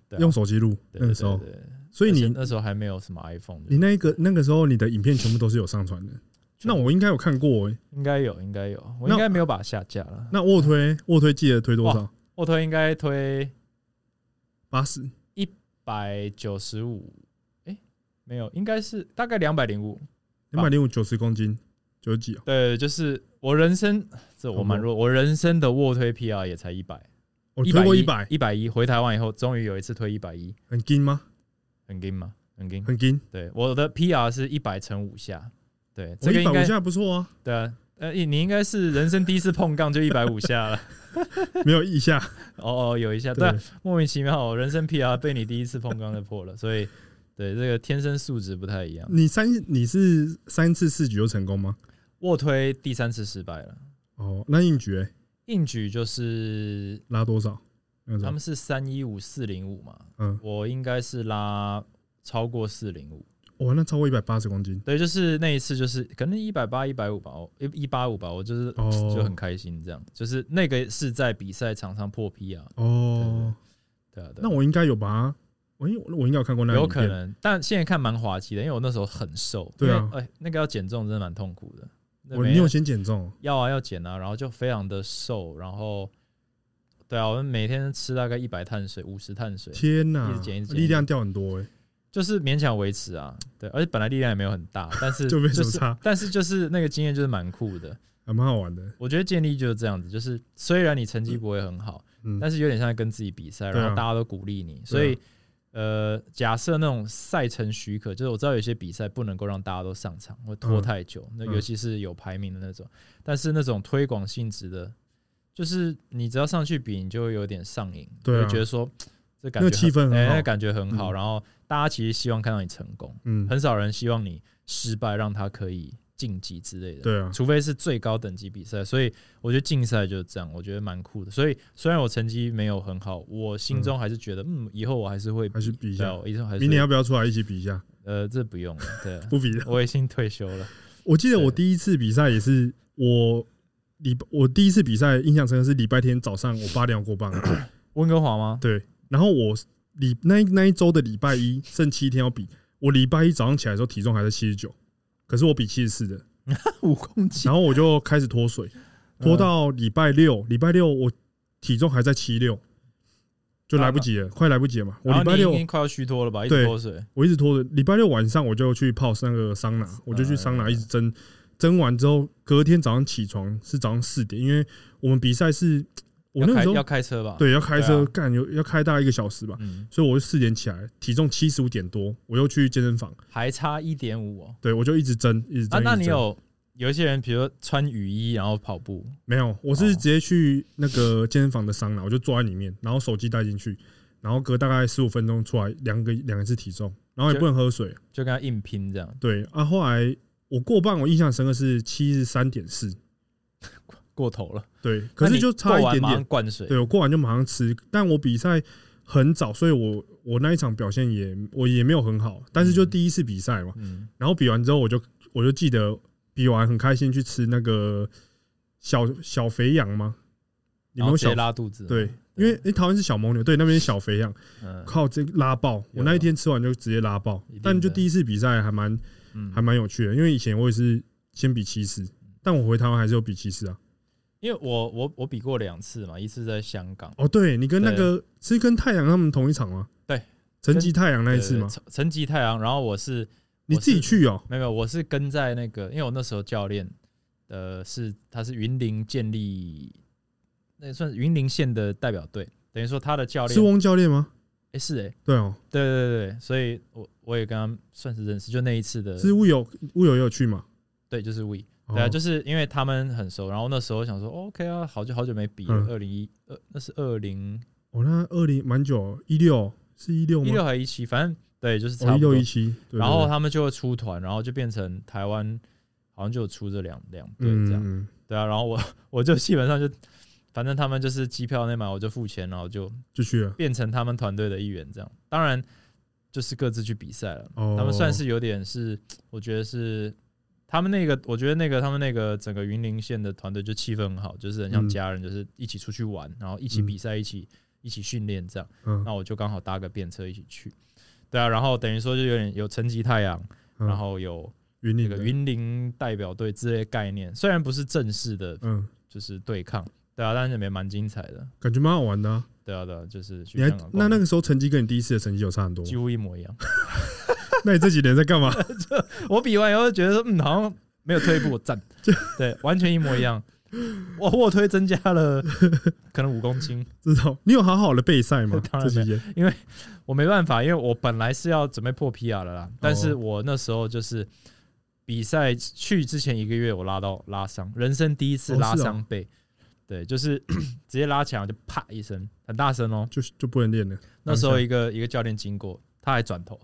Speaker 2: 对啊
Speaker 1: 用手机录
Speaker 2: 对
Speaker 1: 那个时候
Speaker 2: 对，对对
Speaker 1: 所以
Speaker 2: 而且
Speaker 1: 你
Speaker 2: 那时候还没有什么 iPhone，
Speaker 1: 你那一个那个时候你的影片全部都是有上传的，那我应该有看过诶、
Speaker 2: 应该有，应该有，我
Speaker 1: 那
Speaker 2: 应该没有把它下架了。
Speaker 1: 那卧推卧推记得推多少？
Speaker 2: 我推应该推
Speaker 1: 八十
Speaker 2: 百九十五，哎，没有，应该是大概两百零五。
Speaker 1: 两百零五九十公斤，九十几啊？
Speaker 2: 对，就是我人生这我蛮弱，我人生的卧推 PR 也才一百，
Speaker 1: 我哦推过一
Speaker 2: 一
Speaker 1: 百，
Speaker 2: 一百一。回台湾以后，终于有一次推一百一，
Speaker 1: 很筋吗？
Speaker 2: 很硬吗？很硬。
Speaker 1: 很筋，
Speaker 2: 对，我的 PR 是一百乘五下。对，
Speaker 1: 我
Speaker 2: 这个
Speaker 1: 一百
Speaker 2: 应该
Speaker 1: 五下不错啊，
Speaker 2: 对啊。呃，你应该是人生第一次碰杠就一百五下了。 [laughs]
Speaker 1: 没有一下。
Speaker 2: 哦哦，有一下， [laughs] 对
Speaker 1: 对
Speaker 2: 啊，，莫名其妙，我人生 PR 被你第一次碰刚就破了，所以对这个天生素质不太一样。
Speaker 1: 你三你是三次四局就成功吗？
Speaker 2: 卧推第三次失败了，
Speaker 1: 哦，那硬举、欸、
Speaker 2: 硬举就是
Speaker 1: 拉多少？那
Speaker 2: 他
Speaker 1: 种
Speaker 2: 们是三一五四零五嘛，
Speaker 1: 嗯，
Speaker 2: 我应该是拉超过四零五，
Speaker 1: 哇，那超过一百八十公斤
Speaker 2: 对，就是那一次就是可能一百八一百五吧，我一一八五吧，我就是
Speaker 1: 哦
Speaker 2: 就很开心这样，就是那个是在比赛场上破 PR，
Speaker 1: 哦。
Speaker 2: 对啊，对啊
Speaker 1: 那我应该有把它，我应我应该有看过那个
Speaker 2: 有
Speaker 1: 影片
Speaker 2: 可能，但现在看蛮滑稽的，因为我那时候很瘦，
Speaker 1: 对啊
Speaker 2: 因为哎、那个要减重真的蛮痛苦的。那
Speaker 1: 我
Speaker 2: 没
Speaker 1: 你有先减重
Speaker 2: 要啊要减啊，然后就非常的瘦，然后对啊，我们每天吃大概一百碳水，五十碳水
Speaker 1: 哦，，天哪
Speaker 2: 一直减一直，减
Speaker 1: 力量掉很多哎、
Speaker 2: 就是勉强维持啊。对，而且本来力量也没有很大，但是
Speaker 1: [laughs] 就没什
Speaker 2: 就
Speaker 1: 么
Speaker 2: 是
Speaker 1: 差，
Speaker 2: 但是就是那个经验就是蛮酷的。
Speaker 1: 还蛮好玩的。
Speaker 2: 我觉得建立就是这样子，就是虽然你成绩不会很好，
Speaker 1: 嗯，
Speaker 2: 但是有点像在跟自己比赛，
Speaker 1: 对啊
Speaker 2: 然后大家都鼓励你，所以。呃，假设那种赛程许可，就是我知道有些比赛不能够让大家都上场，会拖
Speaker 1: 嗯
Speaker 2: 太久，那
Speaker 1: 嗯
Speaker 2: 尤其是有排名的那种。但是那种推广性质的，就是你只要上去比，你就会有点上瘾，
Speaker 1: 对啊
Speaker 2: 就会觉得说嘖这感
Speaker 1: 那
Speaker 2: 觉
Speaker 1: 个气氛很
Speaker 2: 哎
Speaker 1: 好
Speaker 2: 那感觉很好。
Speaker 1: 嗯
Speaker 2: 然后大家其实希望看到你成功，
Speaker 1: 嗯，
Speaker 2: 很少人希望你失败，让他可以晋级之类的。
Speaker 1: 对啊，
Speaker 2: 除非是最高等级比赛，所以我觉得竞赛就是这样，我觉得蛮酷的。所以虽然我成绩没有很好，我心中还是觉得，嗯，以后我还是会
Speaker 1: 还是比一下
Speaker 2: 对啊我以后还是
Speaker 1: 明年要不要出来一起比一下？
Speaker 2: 呃，这不用了，对啊， [laughs]
Speaker 1: 不比了。
Speaker 2: 我已经退休了。
Speaker 1: 我记得我
Speaker 2: 对
Speaker 1: 第一次比赛也是我礼我第一次比赛印象深刻是礼拜天早上我八点要过磅，
Speaker 2: [clears throat] 温哥华
Speaker 1: [laughs]
Speaker 2: 吗？
Speaker 1: 对，然后我礼那一那一周的礼拜一剩七天要比，我礼拜一早上起来的时候体重还在七十九，可是我比七十四的，
Speaker 2: 五公斤
Speaker 1: 然后我就开始脱水，
Speaker 2: 嗯
Speaker 1: 脱到礼拜六，礼拜六我体重还在七六，就来不及了，快来不及了嘛。我
Speaker 2: 啊然
Speaker 1: 礼
Speaker 2: 后
Speaker 1: 拜
Speaker 2: 你已
Speaker 1: 六
Speaker 2: 经快要虚脱了吧？一
Speaker 1: 对
Speaker 2: 直脱水，
Speaker 1: 我一直拖着，礼拜六晚上我就去泡那个桑
Speaker 2: 哎
Speaker 1: 拿，我就去桑拿一直蒸，蒸完之后隔天早上起床是早上四点，因为我们比赛是我
Speaker 2: 要
Speaker 1: 那个
Speaker 2: 开
Speaker 1: 时
Speaker 2: 要
Speaker 1: 候
Speaker 2: 开车吧？，
Speaker 1: 对要开
Speaker 2: 对
Speaker 1: 车
Speaker 2: 啊
Speaker 1: 干有要开大概一个小时吧，
Speaker 2: 嗯，
Speaker 1: 所以我就四点起来，体重七十五点多，我又去健身房，
Speaker 2: 还差一点五哦。
Speaker 1: 对我就一直蒸一直
Speaker 2: 啊，
Speaker 1: 蒸。
Speaker 2: 那
Speaker 1: 一直
Speaker 2: 你
Speaker 1: 蒸
Speaker 2: 有有一些人，比如说穿雨衣然后跑步，
Speaker 1: 没有，我
Speaker 2: 哦
Speaker 1: 是直接去那个健身房的桑拿，我就坐在里面，然后手机带进去，然后隔大概十五分钟出来量个量一次体重，然后也
Speaker 2: 就
Speaker 1: 不能喝水。啊
Speaker 2: 就跟他硬拼这样
Speaker 1: 对啊，后来我过磅，我印象深刻是七十三点四，
Speaker 2: 过头了。
Speaker 1: 对，可
Speaker 2: 那
Speaker 1: 是
Speaker 2: 你
Speaker 1: 就差一
Speaker 2: 过完
Speaker 1: 点
Speaker 2: 马上
Speaker 1: 点。
Speaker 2: 灌水。
Speaker 1: 对我过完就马上吃，但我比赛很早，所以我我那一场表现也我也没有很好，但是就
Speaker 2: 嗯
Speaker 1: 第一次比赛嘛，
Speaker 2: 嗯，
Speaker 1: 然后比完之后我就我就记得比完很开心去吃那个小小肥羊吗？你们
Speaker 2: 然后
Speaker 1: 有
Speaker 2: 直接
Speaker 1: 小
Speaker 2: 哦拉肚子。
Speaker 1: 对，因为诶台湾是小蒙牛，对，那边是小肥羊，
Speaker 2: 嗯
Speaker 1: 靠这拉爆！
Speaker 2: 有
Speaker 1: 我那一天吃完就直接拉爆
Speaker 2: 一定，
Speaker 1: 但就
Speaker 2: 的
Speaker 1: 第一次比赛还蛮
Speaker 2: 嗯
Speaker 1: 还蛮有趣的，因为以前我也是先比七十，但我回台湾还是有比七十啊。
Speaker 2: 因为我我我比过两次嘛，一次在香港，
Speaker 1: 哦，对你跟那个是跟太阳他们同一场吗？
Speaker 2: 啊对，
Speaker 1: 成吉太阳那一次
Speaker 2: 对
Speaker 1: 吗？
Speaker 2: 成成吉太阳，然后我是
Speaker 1: 你自己去哦，
Speaker 2: 没有，我是跟在那个，因为我那时候教练，呃，是他是云林建立，那算是云林县的代表队，等于说他的教练
Speaker 1: 是翁教练吗？
Speaker 2: 诶是哎、
Speaker 1: 对哦，
Speaker 2: 对对对对，所以我我也跟他算是认识，就那一次的，
Speaker 1: 是乌有乌有也有去嘛？
Speaker 2: 对，就是 We，
Speaker 1: 哦
Speaker 2: 对啊，就是因为他们很熟，然后那时候想说、哦 OK 啊，好久好久没比了
Speaker 1: 嗯，
Speaker 2: 二零一二那是二零
Speaker 1: 哦，那二零蛮久，哦一六是一六
Speaker 2: 一六
Speaker 1: 吗？哦
Speaker 2: 还一七，反正对，就是差
Speaker 1: 哦，一
Speaker 2: 不多
Speaker 1: 六一七，对
Speaker 2: 然后
Speaker 1: 对
Speaker 2: 他们就会出团，然后就变成台湾好像就有出这两两队
Speaker 1: 嗯
Speaker 2: 这样，
Speaker 1: 嗯
Speaker 2: 对啊，然后我我就基本上就，反正他们就是机票那买我就付钱，然后就
Speaker 1: 就去了
Speaker 2: 变成他们团队的一员这样，当然就是各自去比赛了，
Speaker 1: 哦，
Speaker 2: 他们算是有点是，我觉得是。他们那个，我觉得那个他们那个整个云林县的团队就气氛很好，就是很像
Speaker 1: 嗯
Speaker 2: 家人，就是一起出去玩，然后一起
Speaker 1: 嗯
Speaker 2: 比赛，一起一起训练这样。
Speaker 1: 嗯
Speaker 2: 那我就刚好搭个便车一起去。对啊，然后等于说就有点有成吉太阳，
Speaker 1: 嗯
Speaker 2: 然后有
Speaker 1: 云
Speaker 2: 那
Speaker 1: 林
Speaker 2: 个
Speaker 1: 的，
Speaker 2: 云林代表队之类的概念，虽然不是正式的，
Speaker 1: 嗯，
Speaker 2: 就是对抗，对啊，但是也蛮精彩的，
Speaker 1: 感觉蛮好玩的啊。
Speaker 2: 对啊，对啊，就是去
Speaker 1: 你还
Speaker 2: 香港
Speaker 1: 那
Speaker 2: 逛
Speaker 1: 那个时候成绩跟你第一次的成绩有差很多吗，
Speaker 2: 几乎一模一样。
Speaker 1: 那你这几年在干嘛？
Speaker 2: 我比完以后就觉得说，嗯，好像没有退步，赞，对，完全一模一样。我卧推增加了可能五公斤，？
Speaker 1: 知道你有好好的备赛吗
Speaker 2: [laughs] 当
Speaker 1: 这
Speaker 2: 然没
Speaker 1: 期
Speaker 2: 有
Speaker 1: 间
Speaker 2: 我没办法，因为我本来是要准备破 PR 的
Speaker 1: 哦
Speaker 2: 啦，但是我那时候就是比赛去之前一个月，我拉到拉伤，人生第一次
Speaker 1: 哦
Speaker 2: 拉
Speaker 1: 是哦
Speaker 2: 伤背，对，就是 [coughs] 直接拉起来我就啪一声，很大声哦。
Speaker 1: 就就不能练了。
Speaker 2: 那时候
Speaker 1: 当
Speaker 2: 一个一个教练经过，他还转头，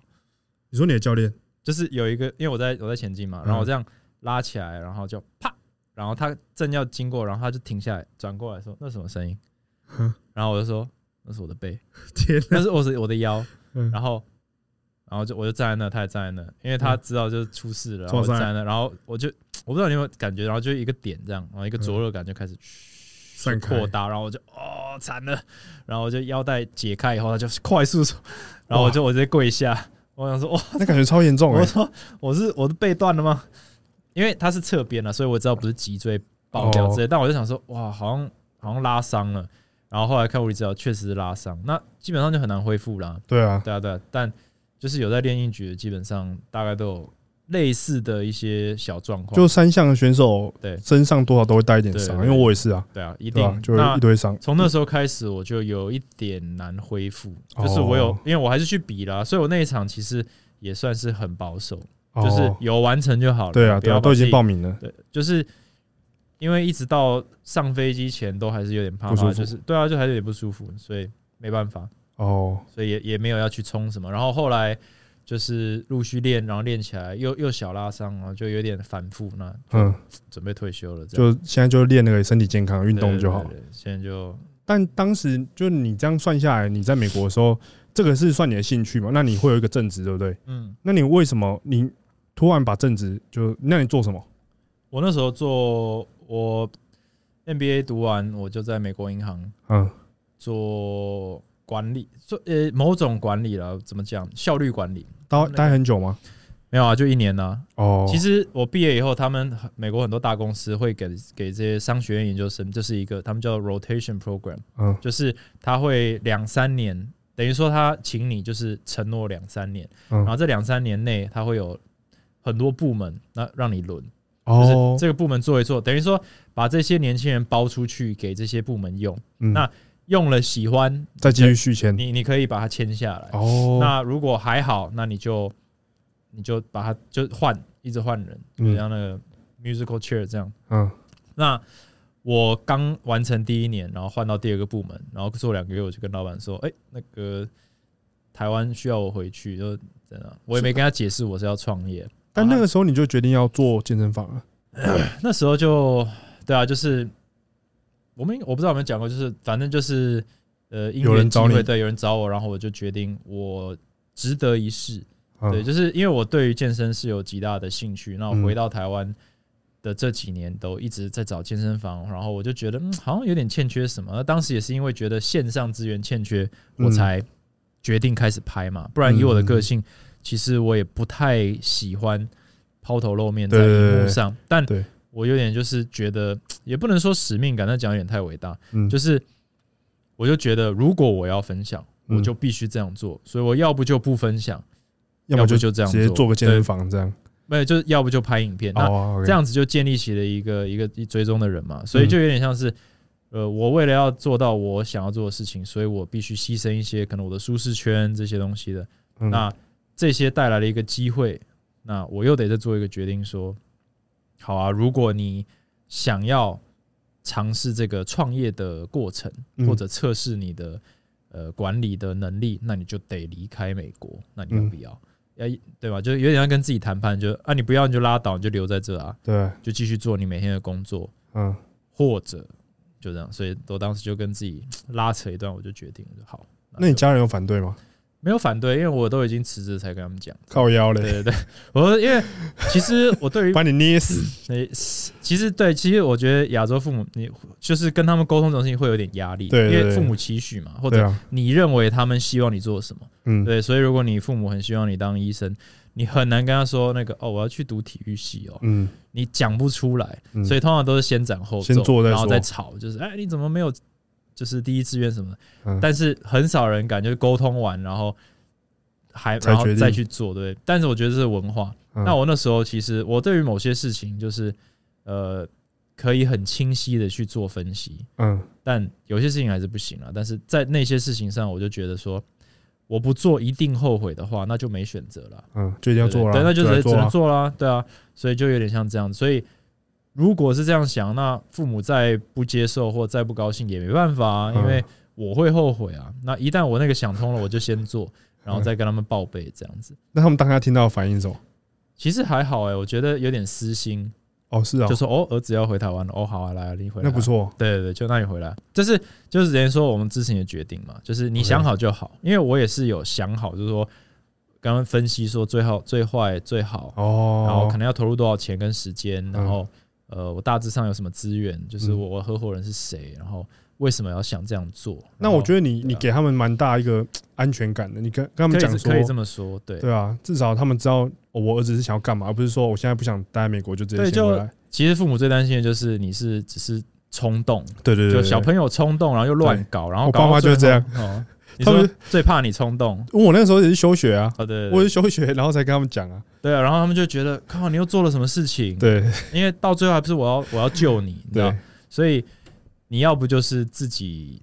Speaker 1: 你说你的教练 [laughs]
Speaker 2: 就是有一个，因为我在我在前进嘛，
Speaker 1: 嗯
Speaker 2: 然后我这样拉起来，然后就啪，然后他正要经过，然后他就停下来，转过来说：“那什么声音
Speaker 1: 哼？”
Speaker 2: 然后我就说：“那是我的背，
Speaker 1: 天
Speaker 2: [laughs] 那是我是我的腰。”
Speaker 1: [laughs] 嗯
Speaker 2: 然后，然后就我就站在那，他也站在那，因为他知道就是出事了，然后
Speaker 1: 哇
Speaker 2: 我
Speaker 1: 塞
Speaker 2: 站在那，然后我就我不知道你有没有感觉，然后就一个点这样，然后一个灼热感就开始
Speaker 1: 嗯散开
Speaker 2: 扩大，然后我就哦惨了，然后我就腰带解开以后，他就快速，然后我就我直接跪下，我想说哇。
Speaker 1: 那感觉超严重
Speaker 2: 我说我是我的背断了吗？因为它是侧边啊了，所以我知道不是脊椎爆掉
Speaker 1: 哦
Speaker 2: 之类。但我就想说，哇，好像好像拉伤了。然后后来看物理治疗，确实是拉伤，那基本上就很难恢复啦。
Speaker 1: 对啊，
Speaker 2: 对啊，对啊。但就是有在练硬举的，基本上大概都有类似的一些小状
Speaker 1: [laughs]
Speaker 2: 况。
Speaker 1: 就三项的选手
Speaker 2: 对
Speaker 1: 身上多少都会带一点伤，
Speaker 2: 对对
Speaker 1: 因为我也是啊，
Speaker 2: 对啊，一
Speaker 1: 对
Speaker 2: 定。
Speaker 1: 吧？就
Speaker 2: 那
Speaker 1: 一堆伤。
Speaker 2: 从那时候开始，我就有一点难恢复，
Speaker 1: 哦
Speaker 2: 就是我有，因为我还是去比啦，所以我那一场其实也算是很保守，就是
Speaker 1: 哦
Speaker 2: 有完成就好了。
Speaker 1: 对啊，
Speaker 2: 不
Speaker 1: 对
Speaker 2: 要
Speaker 1: 啊，
Speaker 2: 把
Speaker 1: 都已
Speaker 2: 自
Speaker 1: 经
Speaker 2: 己
Speaker 1: 报名了，
Speaker 2: 对，就是因为一直到上飞机前都还是有点怕
Speaker 1: 不舒
Speaker 2: 怕，
Speaker 1: 服
Speaker 2: 就是对啊，就还是有点不舒服，所以没办法，
Speaker 1: 哦，
Speaker 2: 所以也也没有要去冲什么。然后后来就是陆续练，然后练起来又又小拉伤，然后就有点反复，那
Speaker 1: 嗯，
Speaker 2: 准备退休了，这样
Speaker 1: 就现在就练那个身体健康运动就好。了
Speaker 2: 对。对对对现在就
Speaker 1: 但当时就你这样算下来，你在美国的时候，这个是算你的兴趣嘛？那你会有一个正职，对不对？
Speaker 2: 嗯，
Speaker 1: 那你为什么你突然把正职就？那你做什么？
Speaker 2: 我那时候做我 MBA 读完，我就在美国银行
Speaker 1: 嗯，
Speaker 2: 做管理，做呃某种管理了，怎么讲效率管理？
Speaker 1: 待
Speaker 2: 那个
Speaker 1: 待很久吗？
Speaker 2: 没有啊，就一年呢、
Speaker 1: 哦，
Speaker 2: 其实我毕业以后，他们很美国很多大公司会给给这些商学院研究生，这是一个他们叫 rotation program，
Speaker 1: 嗯
Speaker 2: 就是他会两三年，等于说他请你就是承诺两三年，然
Speaker 1: 嗯
Speaker 2: 后这两三年内他会有很多部门，那让你轮，就是
Speaker 1: 哦，
Speaker 2: 这个部门做一做，等于说把这些年轻人包出去给这些部门用，
Speaker 1: 嗯
Speaker 2: 那用了喜欢
Speaker 1: 再继续续签
Speaker 2: 你你可以把它签下来，
Speaker 1: 哦，
Speaker 2: 那如果还好，那你就你就把它就换，一直换人，
Speaker 1: 嗯
Speaker 2: 就像那个 musical chair 这样。
Speaker 1: 嗯
Speaker 2: 那我刚完成第一年，然后换到第二个部门，然后做两个月，我就跟老板说：“哎、那个台湾需要我回去，就真的，我也没跟他解释我是要创业。 [laughs]
Speaker 1: 但那个时候你就决定要做健身房了，
Speaker 2: 那时候就对啊，就是我们我不知道有没有讲过，就是反正就是呃，因
Speaker 1: 有人
Speaker 2: 缘机
Speaker 1: 找你
Speaker 2: 会，对，有人找我，然后我就决定我值得一试，
Speaker 1: 嗯
Speaker 2: 对，就是因为我对于健身是有极大的兴趣，那我回到台湾的这几年都一直在找健身房，然后我就觉得嗯，好像有点欠缺什么。那当时也是因为觉得线上资源欠缺，
Speaker 1: 嗯
Speaker 2: 我才决定开始拍嘛，不然以我的个性，其实我也不太喜欢抛头露面在
Speaker 1: 对对对
Speaker 2: 荧幕上，但
Speaker 1: 对
Speaker 2: 我有点就是觉得，也不能说使命感，那讲有点太伟大，
Speaker 1: 嗯
Speaker 2: 就是我就觉得如果我要分享，
Speaker 1: 嗯
Speaker 2: 我就必须这样做，所以我要不就不分享。
Speaker 1: 要
Speaker 2: 要
Speaker 1: 么
Speaker 2: 不
Speaker 1: 就
Speaker 2: 就这样
Speaker 1: 直接
Speaker 2: 做
Speaker 1: 做个健身房这样。
Speaker 2: 没有，就是要不就拍影片，那
Speaker 1: 哦，OK 嗯
Speaker 2: 这样子就建立起了一个一个一追踪的人嘛，所以就有点像是，呃，我为了要做到我想要做的事情，所以我必须牺牲一些可能我的舒适圈这些东西的，
Speaker 1: 嗯
Speaker 2: 那这些带来了一个机会，那我又得再做一个决定说，好啊，如果你想要尝试这个创业的过程，
Speaker 1: 嗯
Speaker 2: 或者测试你的呃管理的能力，那你就得离开美国，那
Speaker 1: 嗯
Speaker 2: 你要不要？要对吧？就是有点像跟自己谈判，就啊，你不要你就拉倒，你就留在这啊，
Speaker 1: 对，
Speaker 2: 就继续做你每天的工作，
Speaker 1: 嗯，
Speaker 2: 或者就这样。所以我当时就跟自己拉扯一段，我就决定就好。
Speaker 1: 那你
Speaker 2: 就
Speaker 1: 家人有反对吗？
Speaker 2: 没有反对，因为我都已经辞职才跟他们讲。
Speaker 1: 靠腰嘞，
Speaker 2: 对对对，我因为其实
Speaker 1: [laughs]
Speaker 2: 我对于嗯
Speaker 1: 把你捏死。
Speaker 2: 诶，其实对，其实我觉得亚洲父母，你就是跟他们沟通这种事情会有点压力，
Speaker 1: 对对
Speaker 2: 因为
Speaker 1: 对
Speaker 2: 父母期许嘛，或
Speaker 1: 对
Speaker 2: 者
Speaker 1: 啊，
Speaker 2: 你认为他们希望你做什么，
Speaker 3: 嗯，
Speaker 2: 对，所以如果你父母很希望你当医生，你很难跟他说那个哦，我要去读体育系哦，
Speaker 3: 嗯，
Speaker 2: 你讲不出来，
Speaker 3: 嗯
Speaker 2: 所以通常都是先斩后奏，
Speaker 3: 先做再
Speaker 2: 然后
Speaker 3: 说
Speaker 2: 再吵，就是哎，你怎么没有就是第一志愿什么的？
Speaker 3: 嗯
Speaker 2: 但是很少人敢就是沟通完，然后还
Speaker 3: 才
Speaker 2: 然后
Speaker 3: 决定
Speaker 2: 再去做，对。但是我觉得这是文化。
Speaker 3: 嗯
Speaker 2: 那我那时候其实我对于某些事情就是呃，可以很清晰的去做分析，
Speaker 3: 嗯
Speaker 2: 但有些事情还是不行了。但是在那些事情上，我就觉得说，我不做一定后悔的话，那就没选择了，
Speaker 3: 嗯，就一定要做了，
Speaker 2: 对，那
Speaker 1: 啊
Speaker 2: 就只
Speaker 3: 来
Speaker 2: 能只
Speaker 3: 做
Speaker 2: 能
Speaker 3: 了，
Speaker 2: 做啦，对啊，所以就有点像这样。所以如果是这样想，那父母再不接受或再不高兴也没办法、啊，
Speaker 3: 嗯
Speaker 2: 因为我会后悔啊。那一旦我那个想通了，我就先做，
Speaker 3: [laughs]
Speaker 2: 然后再跟他们报备这样子。
Speaker 3: 那他们当下听到的反应是什么？
Speaker 2: 其实还好哎、我觉得有点私心，
Speaker 3: 哦，是啊
Speaker 2: 就，说哦，儿子要回台湾了，哦，好啊，来啊，你回来
Speaker 3: 那
Speaker 2: 啊，
Speaker 3: 不错，
Speaker 2: 对对对，就那你回来，就是就是等于说我们之前的决定嘛，就是你
Speaker 3: OK
Speaker 2: 想好就好，因为我也是有想好，就是说刚刚分析说最好、最坏、最好，
Speaker 3: 哦，嗯
Speaker 2: 然后可能要投入多少钱跟时间，然后呃，我大致上有什么资源，就是我我合伙人是谁，然后为什么要想这样做？
Speaker 3: 那我觉
Speaker 2: 得
Speaker 3: 得你你
Speaker 2: 对啊
Speaker 3: 给他们蛮大一个安全感的，你跟跟他们讲说
Speaker 2: 可以，可以这么说，对
Speaker 3: 对啊，至少他们知道、哦我儿子是想要干嘛，而不是说我现在不想待在美国就直接
Speaker 2: 对
Speaker 3: 先
Speaker 2: 就
Speaker 3: 回来。
Speaker 2: 其实父母最担心的就是你是只是冲动，
Speaker 3: 对对对
Speaker 2: 就
Speaker 3: 对，
Speaker 2: 小朋友冲动，然后又乱
Speaker 3: 对
Speaker 2: 搞，然后
Speaker 3: 我
Speaker 2: 搞到
Speaker 3: 爸妈就是
Speaker 2: 最后
Speaker 3: 这
Speaker 2: 哦，你
Speaker 3: 他
Speaker 2: 说
Speaker 3: 们
Speaker 2: 最怕你冲动。
Speaker 3: 因为我那时候也是休学啊，
Speaker 2: 哦，对对对
Speaker 3: 我也是休学，然后才跟他们讲啊。
Speaker 2: 对啊，然后他们就觉得靠，你又做了什么事情？，
Speaker 3: 对
Speaker 2: 因为到最后还不是我要我要
Speaker 3: [laughs]
Speaker 2: 救你，你知道
Speaker 3: 对，，
Speaker 2: 所以你要不就是自己，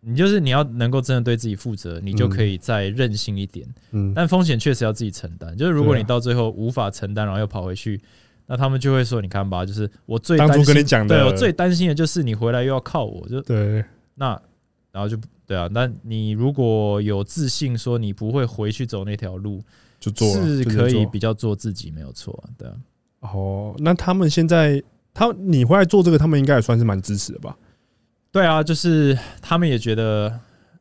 Speaker 2: 你就是你要能够真的对自己负责，你就可以再任性一点。
Speaker 3: 嗯，
Speaker 2: 但风险确实要自己承担，就是如果
Speaker 3: 对啊
Speaker 2: 你到最后无法承担，然后又跑回去，那他们就会说，你看吧，就是我最
Speaker 3: 当
Speaker 2: 担
Speaker 3: 初
Speaker 2: 心
Speaker 3: 跟你讲的，
Speaker 2: 对我最担心的就是你回来又要靠我，就
Speaker 3: 对
Speaker 2: 那然后就对啊，那你如果有自信说你不会回去走那条路，
Speaker 3: 就做了
Speaker 2: 是
Speaker 3: 就
Speaker 2: 可以
Speaker 3: 做
Speaker 2: 比较做自己，没有错啊，对啊。
Speaker 3: 哦。那他们现在他你回来做这个，他们应该也算是蛮支持的吧？
Speaker 2: 对啊，就是他们也觉得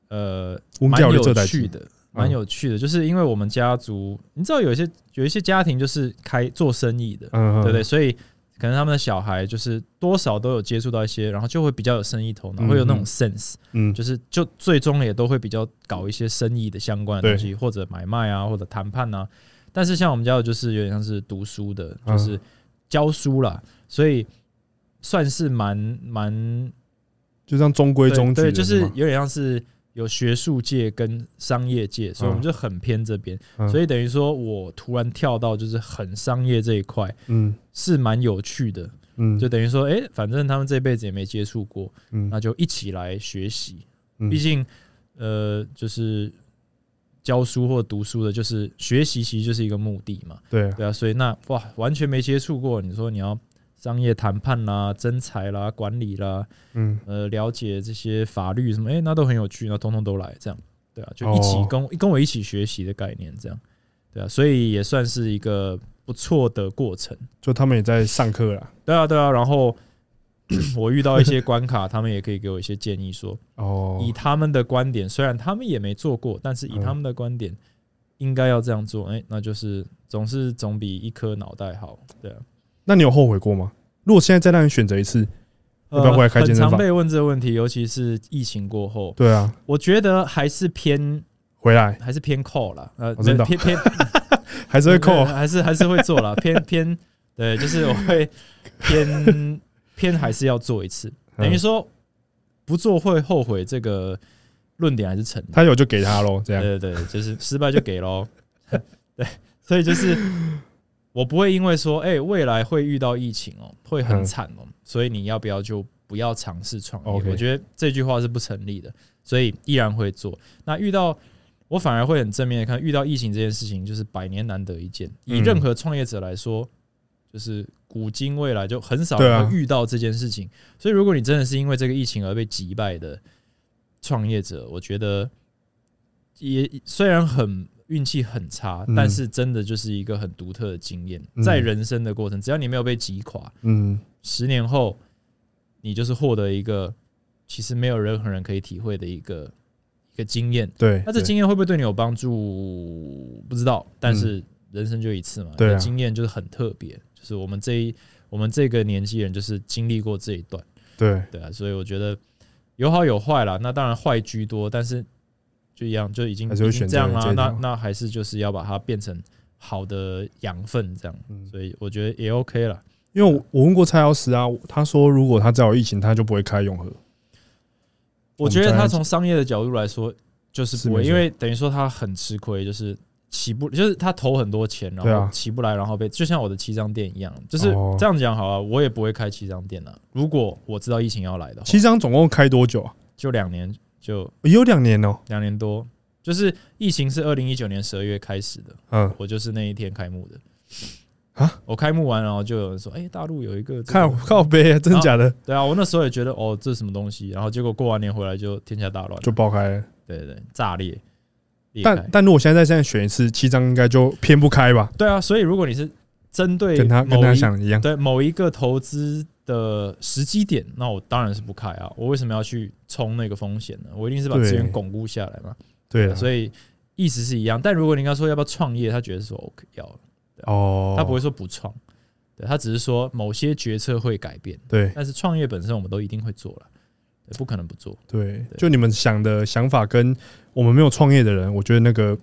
Speaker 2: 呃
Speaker 3: 我们
Speaker 2: 蛮
Speaker 3: 教育
Speaker 2: 有
Speaker 3: 这代
Speaker 2: 趣的，蛮
Speaker 3: 嗯
Speaker 2: 有趣的，就是因为我们家族，你知道有一些有一些家庭就是开做生意的，
Speaker 3: 嗯，
Speaker 2: 对不对？所以可能他们的小孩就是多少都有接触到一些，然后就会比较有生意头脑，
Speaker 3: 嗯
Speaker 2: 会有那
Speaker 3: 嗯
Speaker 2: 种 sense，
Speaker 3: 嗯，
Speaker 2: 就是就最终也都会比较搞一些生意的相关的东西，或者买卖啊，或者谈判啊。但是像我们家的就是有点像是读书的，
Speaker 3: 嗯
Speaker 2: 就是教书啦，所以算是蛮蛮
Speaker 3: 就这样中规
Speaker 2: 对
Speaker 3: 中矩的
Speaker 2: 对，
Speaker 3: 吗，
Speaker 2: 就是有点像是有学术界跟商业界，所以我们就很偏这边。
Speaker 3: 嗯
Speaker 2: 所以等于说我突然跳到就是很商业这一块，
Speaker 3: 嗯
Speaker 2: 是蛮有趣的。
Speaker 3: 嗯，
Speaker 2: 就等于说，哎、反正他们这辈子也没接触过，
Speaker 3: 嗯
Speaker 2: 那就一起来学习。
Speaker 3: 嗯
Speaker 2: 毕竟，呃，就是教书或读书的，就是学习，其实就是一个目的嘛。
Speaker 3: 嗯对
Speaker 2: 对啊，所以那哇，完全没接触过，你说你要商业谈判啦、征才啦、管理啦，
Speaker 3: 嗯
Speaker 2: 呃，了解这些法律什么，哎、那都很有趣，那通通都来，这样，对啊，就一起
Speaker 3: 哦
Speaker 2: 跟、跟我一起学习的概念，这样，对啊，所以也算是一个不错的过程，
Speaker 3: 就他们也在上课啦。
Speaker 2: 对啊，对啊，然后 [clears throat] 我遇到一些关卡，他们也可以给我一些建议说
Speaker 3: 哦，
Speaker 2: 以他们的观点，虽然他们也没做过，但是以
Speaker 3: 嗯
Speaker 2: 他们的观点，应该要这样做，哎、那就是总是总比一颗脑袋好，对啊。
Speaker 3: 那你有后悔过吗？如果现在再让你选择一次，要不要
Speaker 2: 呃
Speaker 3: 回来开健身
Speaker 2: 很
Speaker 3: 房
Speaker 2: 常被问这个问题，尤其是疫情过后，
Speaker 3: 对啊，
Speaker 2: 我觉得还是偏
Speaker 3: 回
Speaker 2: [laughs]
Speaker 3: 来
Speaker 2: 还是偏扣啦，呃，
Speaker 3: 哦真的哦
Speaker 2: 偏
Speaker 3: [laughs]
Speaker 2: 偏
Speaker 3: 还是会扣
Speaker 2: 对，还是还是会
Speaker 3: [laughs]
Speaker 2: 做啦，偏偏对，就是我会 [laughs] 偏偏还是要做一次，等于
Speaker 3: 嗯
Speaker 2: 说不做会后悔这个论点还是成立，
Speaker 3: 他有就给他喽，这样。
Speaker 2: 对对对，就是失败就给喽， [laughs] 对，所以就是我不会因为说，哎、未来会遇到疫情哦、会很
Speaker 3: 嗯
Speaker 2: 惨哦、所以你要不要就不要尝试创业
Speaker 3: OK
Speaker 2: 我觉得这句话是不成立的，所以依然会做。那遇到我反而会很正面的看，遇到疫情这件事情就是百年难得一见，以
Speaker 3: 嗯
Speaker 2: 任何创业者来说，就是古今未来就很少
Speaker 3: 对啊
Speaker 2: 人会遇到这件事情。所以如果你真的是因为这个疫情而被击败的创业者，我觉得也虽然很运气很差，
Speaker 3: 嗯
Speaker 2: 但是真的就是一个很独特的经验，
Speaker 3: 嗯
Speaker 2: 在人生的过程，只要你没有被击垮，
Speaker 3: 嗯，
Speaker 2: 十年后你就是获得一个其实没有任何人可以体会的一个一个经验。
Speaker 3: 对。
Speaker 2: 那这
Speaker 3: 对
Speaker 2: 经验会不会对你有帮助？不知道，但是人生就一次嘛，
Speaker 3: 嗯对啊
Speaker 2: 你的经验就是很特别，就是我们这一我们这个年纪人就是经历过这一段，
Speaker 3: 对
Speaker 2: 对啊，所以我觉得有好有坏啦。那当然坏居多，但是就一样，就已经
Speaker 1: 还是会
Speaker 2: 已经
Speaker 1: 选择
Speaker 2: 这样
Speaker 1: 这
Speaker 2: 啦。
Speaker 1: 一
Speaker 2: 那
Speaker 1: 条
Speaker 2: 那还是就是要把它变成好的养分，这样，
Speaker 1: 嗯
Speaker 2: 所以我觉得也 OK 了。
Speaker 1: 因为我我问过蔡老师啊，他说如果他只要有疫情，他就不会开永和。
Speaker 2: 我觉得
Speaker 1: 我们再
Speaker 2: 他
Speaker 1: 来
Speaker 2: 从商业的角度来说，就是
Speaker 1: 是
Speaker 2: 不会，
Speaker 1: 没错
Speaker 2: 因为等于说他很吃亏，就是起不，就是他投很多钱，然
Speaker 1: 对
Speaker 2: 后
Speaker 1: 啊
Speaker 2: 起不来，然后被就像我的七张店一样，就是
Speaker 1: 哦
Speaker 2: 这样讲好了，我也不会开七张店了。如果我知道疫情要来的话，
Speaker 1: 七张总共开多久啊？
Speaker 2: 就两年，就
Speaker 1: 也有两年哦、
Speaker 2: 两年多，就是疫情是二零一九年十二月开始的，
Speaker 1: 嗯，
Speaker 2: 我就是那一天开幕的。
Speaker 1: 啊！
Speaker 2: 我开幕完，然后就有人说：“哎、大陆有一个、这个
Speaker 1: 靠靠背，真的假的
Speaker 2: 对啊，我那时候也觉得哦，这是什么东西？然后结果过完年回来就天下大乱，
Speaker 1: 就爆开了。
Speaker 2: 对对对，炸裂，裂开
Speaker 1: 但但如果现在再这样选一次，七张应该就偏不开吧？
Speaker 2: 对啊，所以如果你是针对
Speaker 1: 跟他跟
Speaker 2: 某
Speaker 1: 他
Speaker 2: 一
Speaker 1: 想的一样。
Speaker 2: 对某一个投资的时机点，那我当然是不开啊，我为什么要去冲那个风险呢？我一定是把
Speaker 1: 对
Speaker 2: 资源巩固下来嘛，
Speaker 1: 对啊了，
Speaker 2: 所以意思是一样。但如果你刚说要不要创业，他觉得说 OK 要，
Speaker 1: 哦，
Speaker 2: 他不会说不创，对他只是说某些决策会改变，
Speaker 1: 对
Speaker 2: 但是创业本身我们都一定会做了，对不可能不做。
Speaker 1: 对
Speaker 2: 对，
Speaker 1: 就你们想的想法跟我们没有创业的人，我觉得那个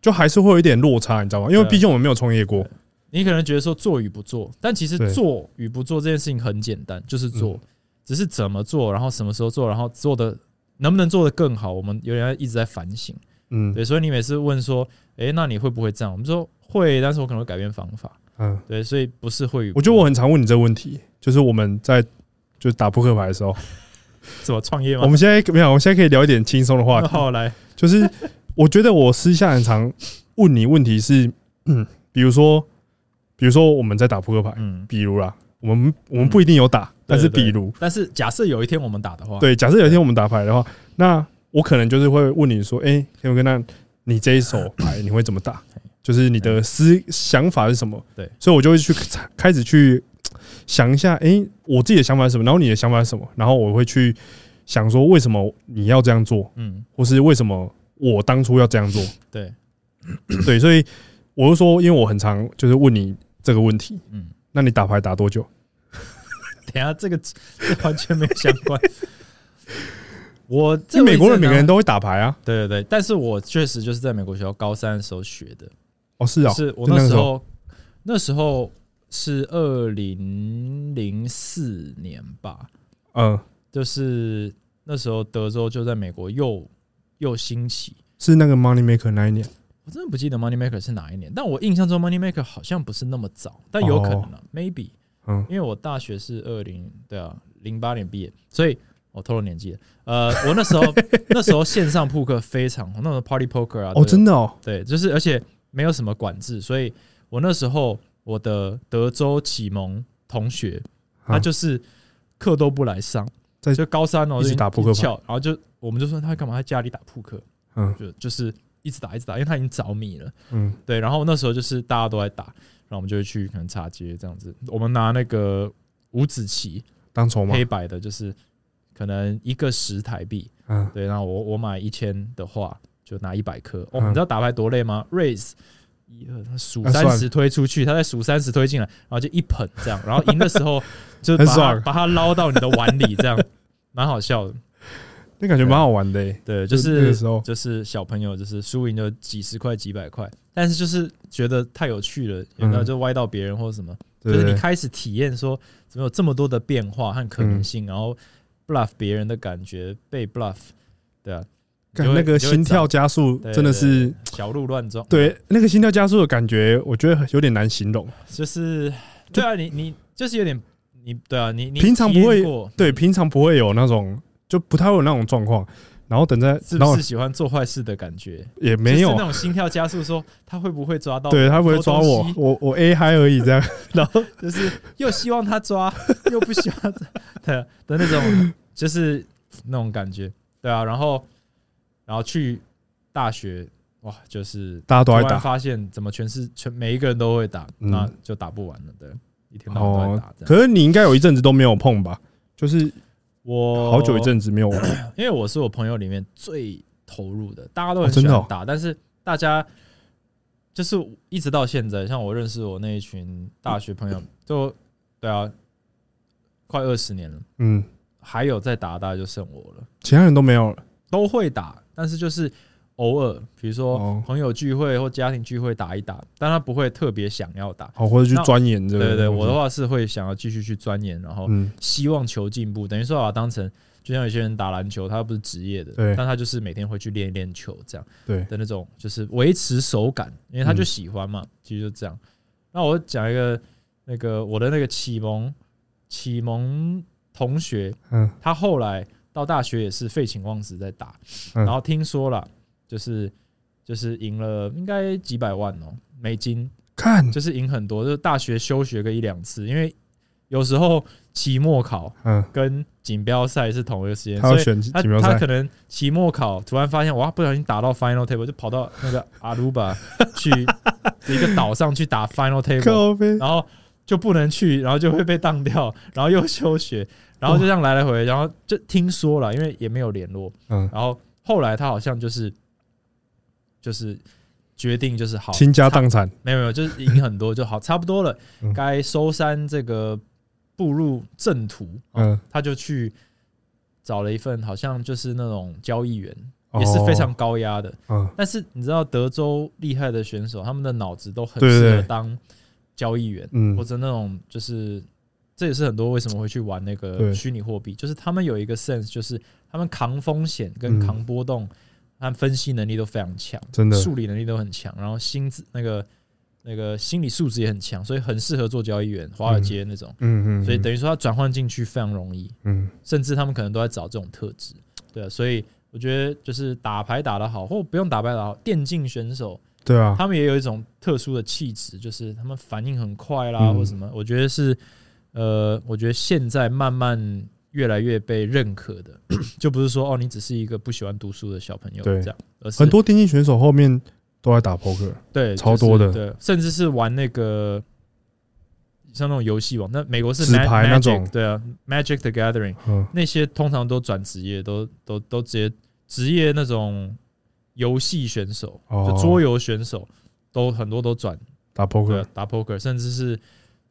Speaker 1: 就还是会有一点落差，你知道吗？因为
Speaker 2: 对
Speaker 1: 毕竟我们没有创业过
Speaker 2: 对，你可能觉得说做与不做，但其实
Speaker 1: 对
Speaker 2: 做与不做这件事情很简单，就是做，
Speaker 1: 嗯
Speaker 2: 只是怎么做，然后什么时候做，然后做的能不能做得更好，我们有点一直在反省。
Speaker 1: 嗯
Speaker 2: 对，所以你每次问说，诶，那你会不会这样？我们说会，但是我可能会改变方法。
Speaker 1: 嗯，
Speaker 2: 对，所以不是会与不
Speaker 1: 我觉得我很常问你这个问题，就是我们在就是打扑克牌的时候，
Speaker 2: 怎么创业吗？
Speaker 1: 我们现在没有，我们现在可以聊一点轻松的话
Speaker 2: 那
Speaker 1: 题，
Speaker 2: [laughs] 好来，
Speaker 1: [laughs] 就是我觉得我私下很常问你问题是，嗯，比如说，比如说我们在打扑克牌，
Speaker 2: 嗯，
Speaker 1: 比如啦，我们我们不一定有打，但是
Speaker 2: 对
Speaker 1: 比
Speaker 2: 对
Speaker 1: 如，
Speaker 2: 但是假设有一天我们打的话，，
Speaker 1: 对，假设有一天我们打牌的话，那我可能就是会问你说，哎、天佑哥，那你这一
Speaker 2: [coughs]
Speaker 1: 手牌你会怎么打？就是你的思想法是什么？
Speaker 2: 对，
Speaker 1: 所以我就会去开开始去想一下，哎、我自己的想法是什么，然后你的想法是什么，然后我会去想说，为什么你要这样做，
Speaker 2: 嗯，
Speaker 1: 或是为什么我当初要这
Speaker 2: [coughs]
Speaker 1: 样做？
Speaker 2: 对，
Speaker 1: 对，所以我就说，因为我很常就是问你这个问题，
Speaker 2: 嗯，
Speaker 1: 那你打牌打多久？
Speaker 2: 等一下这个这完全没有相
Speaker 1: [laughs]
Speaker 2: 关。我
Speaker 1: 因
Speaker 2: 这
Speaker 1: 为美国人每
Speaker 2: 每
Speaker 1: 个人都会打牌啊，
Speaker 2: 对对对，但是我确实就是在美国学校高三的时候学的，
Speaker 1: 哦，是啊、
Speaker 2: 是我
Speaker 1: 就那
Speaker 2: 那
Speaker 1: 个
Speaker 2: 时
Speaker 1: 时
Speaker 2: 候那时候是二零零四年吧，
Speaker 1: 嗯、
Speaker 2: 就是那时候德州就在美国又又兴起。
Speaker 1: 是那个 Money Maker 那一年。
Speaker 2: 我真的不记得 Money Maker 是哪一年，但我印象中 Money Maker 好像不是那么早，但有可能啊、
Speaker 1: 哦
Speaker 2: m a y b e
Speaker 1: 嗯，
Speaker 2: 因为我大学是二零对啊零八年毕业，所以我透露年纪了。呃，我
Speaker 1: [laughs]
Speaker 2: 那时候那时候线上扑克非常红，那种 Party Poker 啊，
Speaker 1: 哦，
Speaker 2: 对
Speaker 1: 真的哦，
Speaker 2: 对，就是而且没有什么管制，所以我那时候我的德州启蒙同学，他
Speaker 1: 啊
Speaker 2: 就是课都不来上，
Speaker 1: 在
Speaker 2: 就高三哦，
Speaker 1: 一直
Speaker 2: 就
Speaker 1: 打扑克
Speaker 2: 翘，然后就我们就说他干嘛在家里打扑克，
Speaker 1: 嗯
Speaker 2: 就就是一直打一直打，因为他已经着迷了。
Speaker 1: 嗯，
Speaker 2: 对，然后那时候就是大家都在打，然后我们就会去可能茶街这样子，我们拿那个五子棋
Speaker 1: 当筹码
Speaker 2: 黑，白的，就是可能一个十台币，
Speaker 1: 嗯，
Speaker 2: 对，然后我我买一千的话，就拿一百颗。哦，
Speaker 1: 嗯
Speaker 2: 你知道打牌多累吗？Raise 一二，他数
Speaker 1: 啊算
Speaker 2: 三
Speaker 1: 了
Speaker 2: 十推出去，他再数三十推进来，然后就一捧这样，然后赢的时
Speaker 1: [laughs]
Speaker 2: 候就
Speaker 1: 很
Speaker 2: 把它
Speaker 1: 爽
Speaker 2: 把它捞到你的碗里，这样蛮好笑的。
Speaker 1: 那感觉蛮好玩的欸，
Speaker 2: 对，就
Speaker 1: 那个
Speaker 2: 是
Speaker 1: 时候，
Speaker 2: 就是小朋友，就是输赢就几十块、几百块，但是就是觉得太有趣了，有没有
Speaker 1: 嗯
Speaker 2: 就歪到别人或什么？
Speaker 1: 对
Speaker 2: 就是你
Speaker 1: 对
Speaker 2: 开始体验说怎么有这么多的变化和可能性，然后 bluff 别人的感觉，被 bluff，对啊，
Speaker 1: 干
Speaker 2: 你就会
Speaker 1: 那个心跳加速
Speaker 2: 对
Speaker 1: 真的是
Speaker 2: 对，小鹿乱撞，，
Speaker 1: 对那个心跳加速的感觉，我觉得有点难形容。
Speaker 2: 就是对啊，你你就是有点你对啊，你你
Speaker 1: 平常不会
Speaker 2: 体验过
Speaker 1: 对，平常不会有那种，就不太会有那种状况。然后等在，
Speaker 2: 是
Speaker 1: 然
Speaker 2: 不
Speaker 1: 后
Speaker 2: 是喜欢做坏事的感觉？
Speaker 1: 也没有
Speaker 2: 就是那，种心跳加速，说他会不会抓到？
Speaker 1: 对他不会抓
Speaker 2: 偷东
Speaker 1: 我
Speaker 2: 西，
Speaker 1: 我我 A 嗨而已
Speaker 2: [laughs]
Speaker 1: 这样。然后
Speaker 2: 就是又希望他抓，又不希望他的的那种，就是那种感觉，对啊。然后，然后去大学，哇，就是
Speaker 1: 大家
Speaker 2: 突
Speaker 1: 都在
Speaker 2: 然
Speaker 1: 打
Speaker 2: 发现，怎么全是全每一个人都会打，
Speaker 1: 嗯
Speaker 2: 那就打不完了，对，一天到晚都在
Speaker 1: 哦
Speaker 2: 打。这，样
Speaker 1: 可是你应该有一阵子都没有碰吧？就是
Speaker 2: 我
Speaker 1: 好久一，阵子没有玩，
Speaker 2: [coughs] 因为我是我朋友里面最投入的，大家都
Speaker 1: 哦
Speaker 2: 很喜
Speaker 1: 真的
Speaker 2: 欢
Speaker 1: 哦
Speaker 2: 打，但是大家。就是一直到现在，像我认识我那一群大学朋友，就对啊，快二十年了。
Speaker 1: 嗯，
Speaker 2: 还有再打，大概就剩我了。
Speaker 1: 其他人都没有了。
Speaker 2: 都会打，但是就是偶尔，比如说
Speaker 1: 哦
Speaker 2: 朋友聚会或家庭聚会打一打，但他不会特别想要打。
Speaker 1: 好，或者去
Speaker 2: 那
Speaker 1: 钻研这
Speaker 2: 对
Speaker 1: 个。
Speaker 2: 对对，我的，话是会想要继续去钻研，然后
Speaker 1: 嗯，
Speaker 2: 希望求进步，等于说把它啊当成就像有些人打篮球，他不是职业的，
Speaker 1: 对
Speaker 2: 但他就是每天会去练一练球这样
Speaker 1: 对，
Speaker 2: 的那种，就是维持手感，因为他就
Speaker 1: 嗯
Speaker 2: 喜欢嘛，其实就这样。那我讲一个那个我的那个启蒙启蒙同学，
Speaker 1: 嗯，
Speaker 2: 他后来到大学也是废寝忘食在打，
Speaker 1: 嗯
Speaker 2: 然后听说了，就是就是赢了应该几百万哦、美金，
Speaker 1: 看，
Speaker 2: 就是赢很多，就是大学休学个一两次，因为有时候期末考
Speaker 1: 嗯，
Speaker 2: 跟锦标赛是同一个时间，
Speaker 1: 他要
Speaker 2: 所以
Speaker 1: 选锦
Speaker 2: 他
Speaker 1: 标
Speaker 2: 他
Speaker 1: 赛
Speaker 2: 可，能期末考突然发现哇，不小心打到 final table，就跑到那个阿鲁
Speaker 1: [laughs]
Speaker 2: 巴去一个岛上去打 final table，
Speaker 1: 靠呗，
Speaker 2: 然后就不能去，然后就会被当掉，然后又休学，然后就这样来来回回，然后就听说了，因为也没有联络，
Speaker 1: 嗯，
Speaker 2: 然后后来他好像就是就是决定就是好
Speaker 1: 倾家
Speaker 2: 差
Speaker 1: 荡产，
Speaker 2: 没有没有就是赢很多就好，差不多了
Speaker 1: 嗯，
Speaker 2: 该收山这个步入正途，嗯，
Speaker 1: 嗯，
Speaker 2: 他就去找了一份好像就是那种交易员，也是非常
Speaker 1: 哦，
Speaker 2: 高压的，
Speaker 1: 嗯，
Speaker 2: 但是你知道德州厉害的选手，他们的脑子都很
Speaker 1: 对对
Speaker 2: 适合
Speaker 1: 对
Speaker 2: 当交易员，
Speaker 1: 嗯
Speaker 2: 或者那种就是这也是很多为什么会去玩那个
Speaker 1: 对
Speaker 2: 虚拟货币，就是他们有一个 sense，就是他们扛风险跟
Speaker 1: 嗯
Speaker 2: 扛波动，他们分析能力都非常强，
Speaker 1: 真的，
Speaker 2: 数理能力都很强，然后心智那个那个心理素质也很强，所以很适合做交易员，华尔街那种。
Speaker 1: 嗯嗯，
Speaker 2: 所以
Speaker 1: 嗯，
Speaker 2: 等于说他转换进去非常容易，
Speaker 1: 嗯，
Speaker 2: 甚至他们可能都在找这种特质，对啊、所以我觉得就是打牌打得好，或不用打牌打得好，电竞选手
Speaker 1: 对啊，
Speaker 2: 他们也有一种特殊的气质，就是他们反应很快啦，
Speaker 1: 嗯
Speaker 2: 或什么。我觉得是，呃，我觉得现在慢慢越来越被认可的， [coughs] 就不是说哦，你只是一个不喜欢读书的小朋友
Speaker 1: 对
Speaker 2: 这样，而是
Speaker 1: 很多电竞选手后面都在打 poker，
Speaker 2: 对
Speaker 1: 超多的
Speaker 2: 就是对，甚至是玩那个像那种游戏王，那美国是
Speaker 1: 纸
Speaker 2: Ma-
Speaker 1: 牌那
Speaker 2: Magic，
Speaker 1: 种
Speaker 2: 对啊，Magic the Gathering。
Speaker 1: 嗯，
Speaker 2: 那些通常都转职业，都都都直接职业那种游戏选手，
Speaker 1: 哦
Speaker 2: 就桌游选手，都很多都转
Speaker 1: 打
Speaker 2: 对啊
Speaker 1: poker，
Speaker 2: 打 poker，甚至是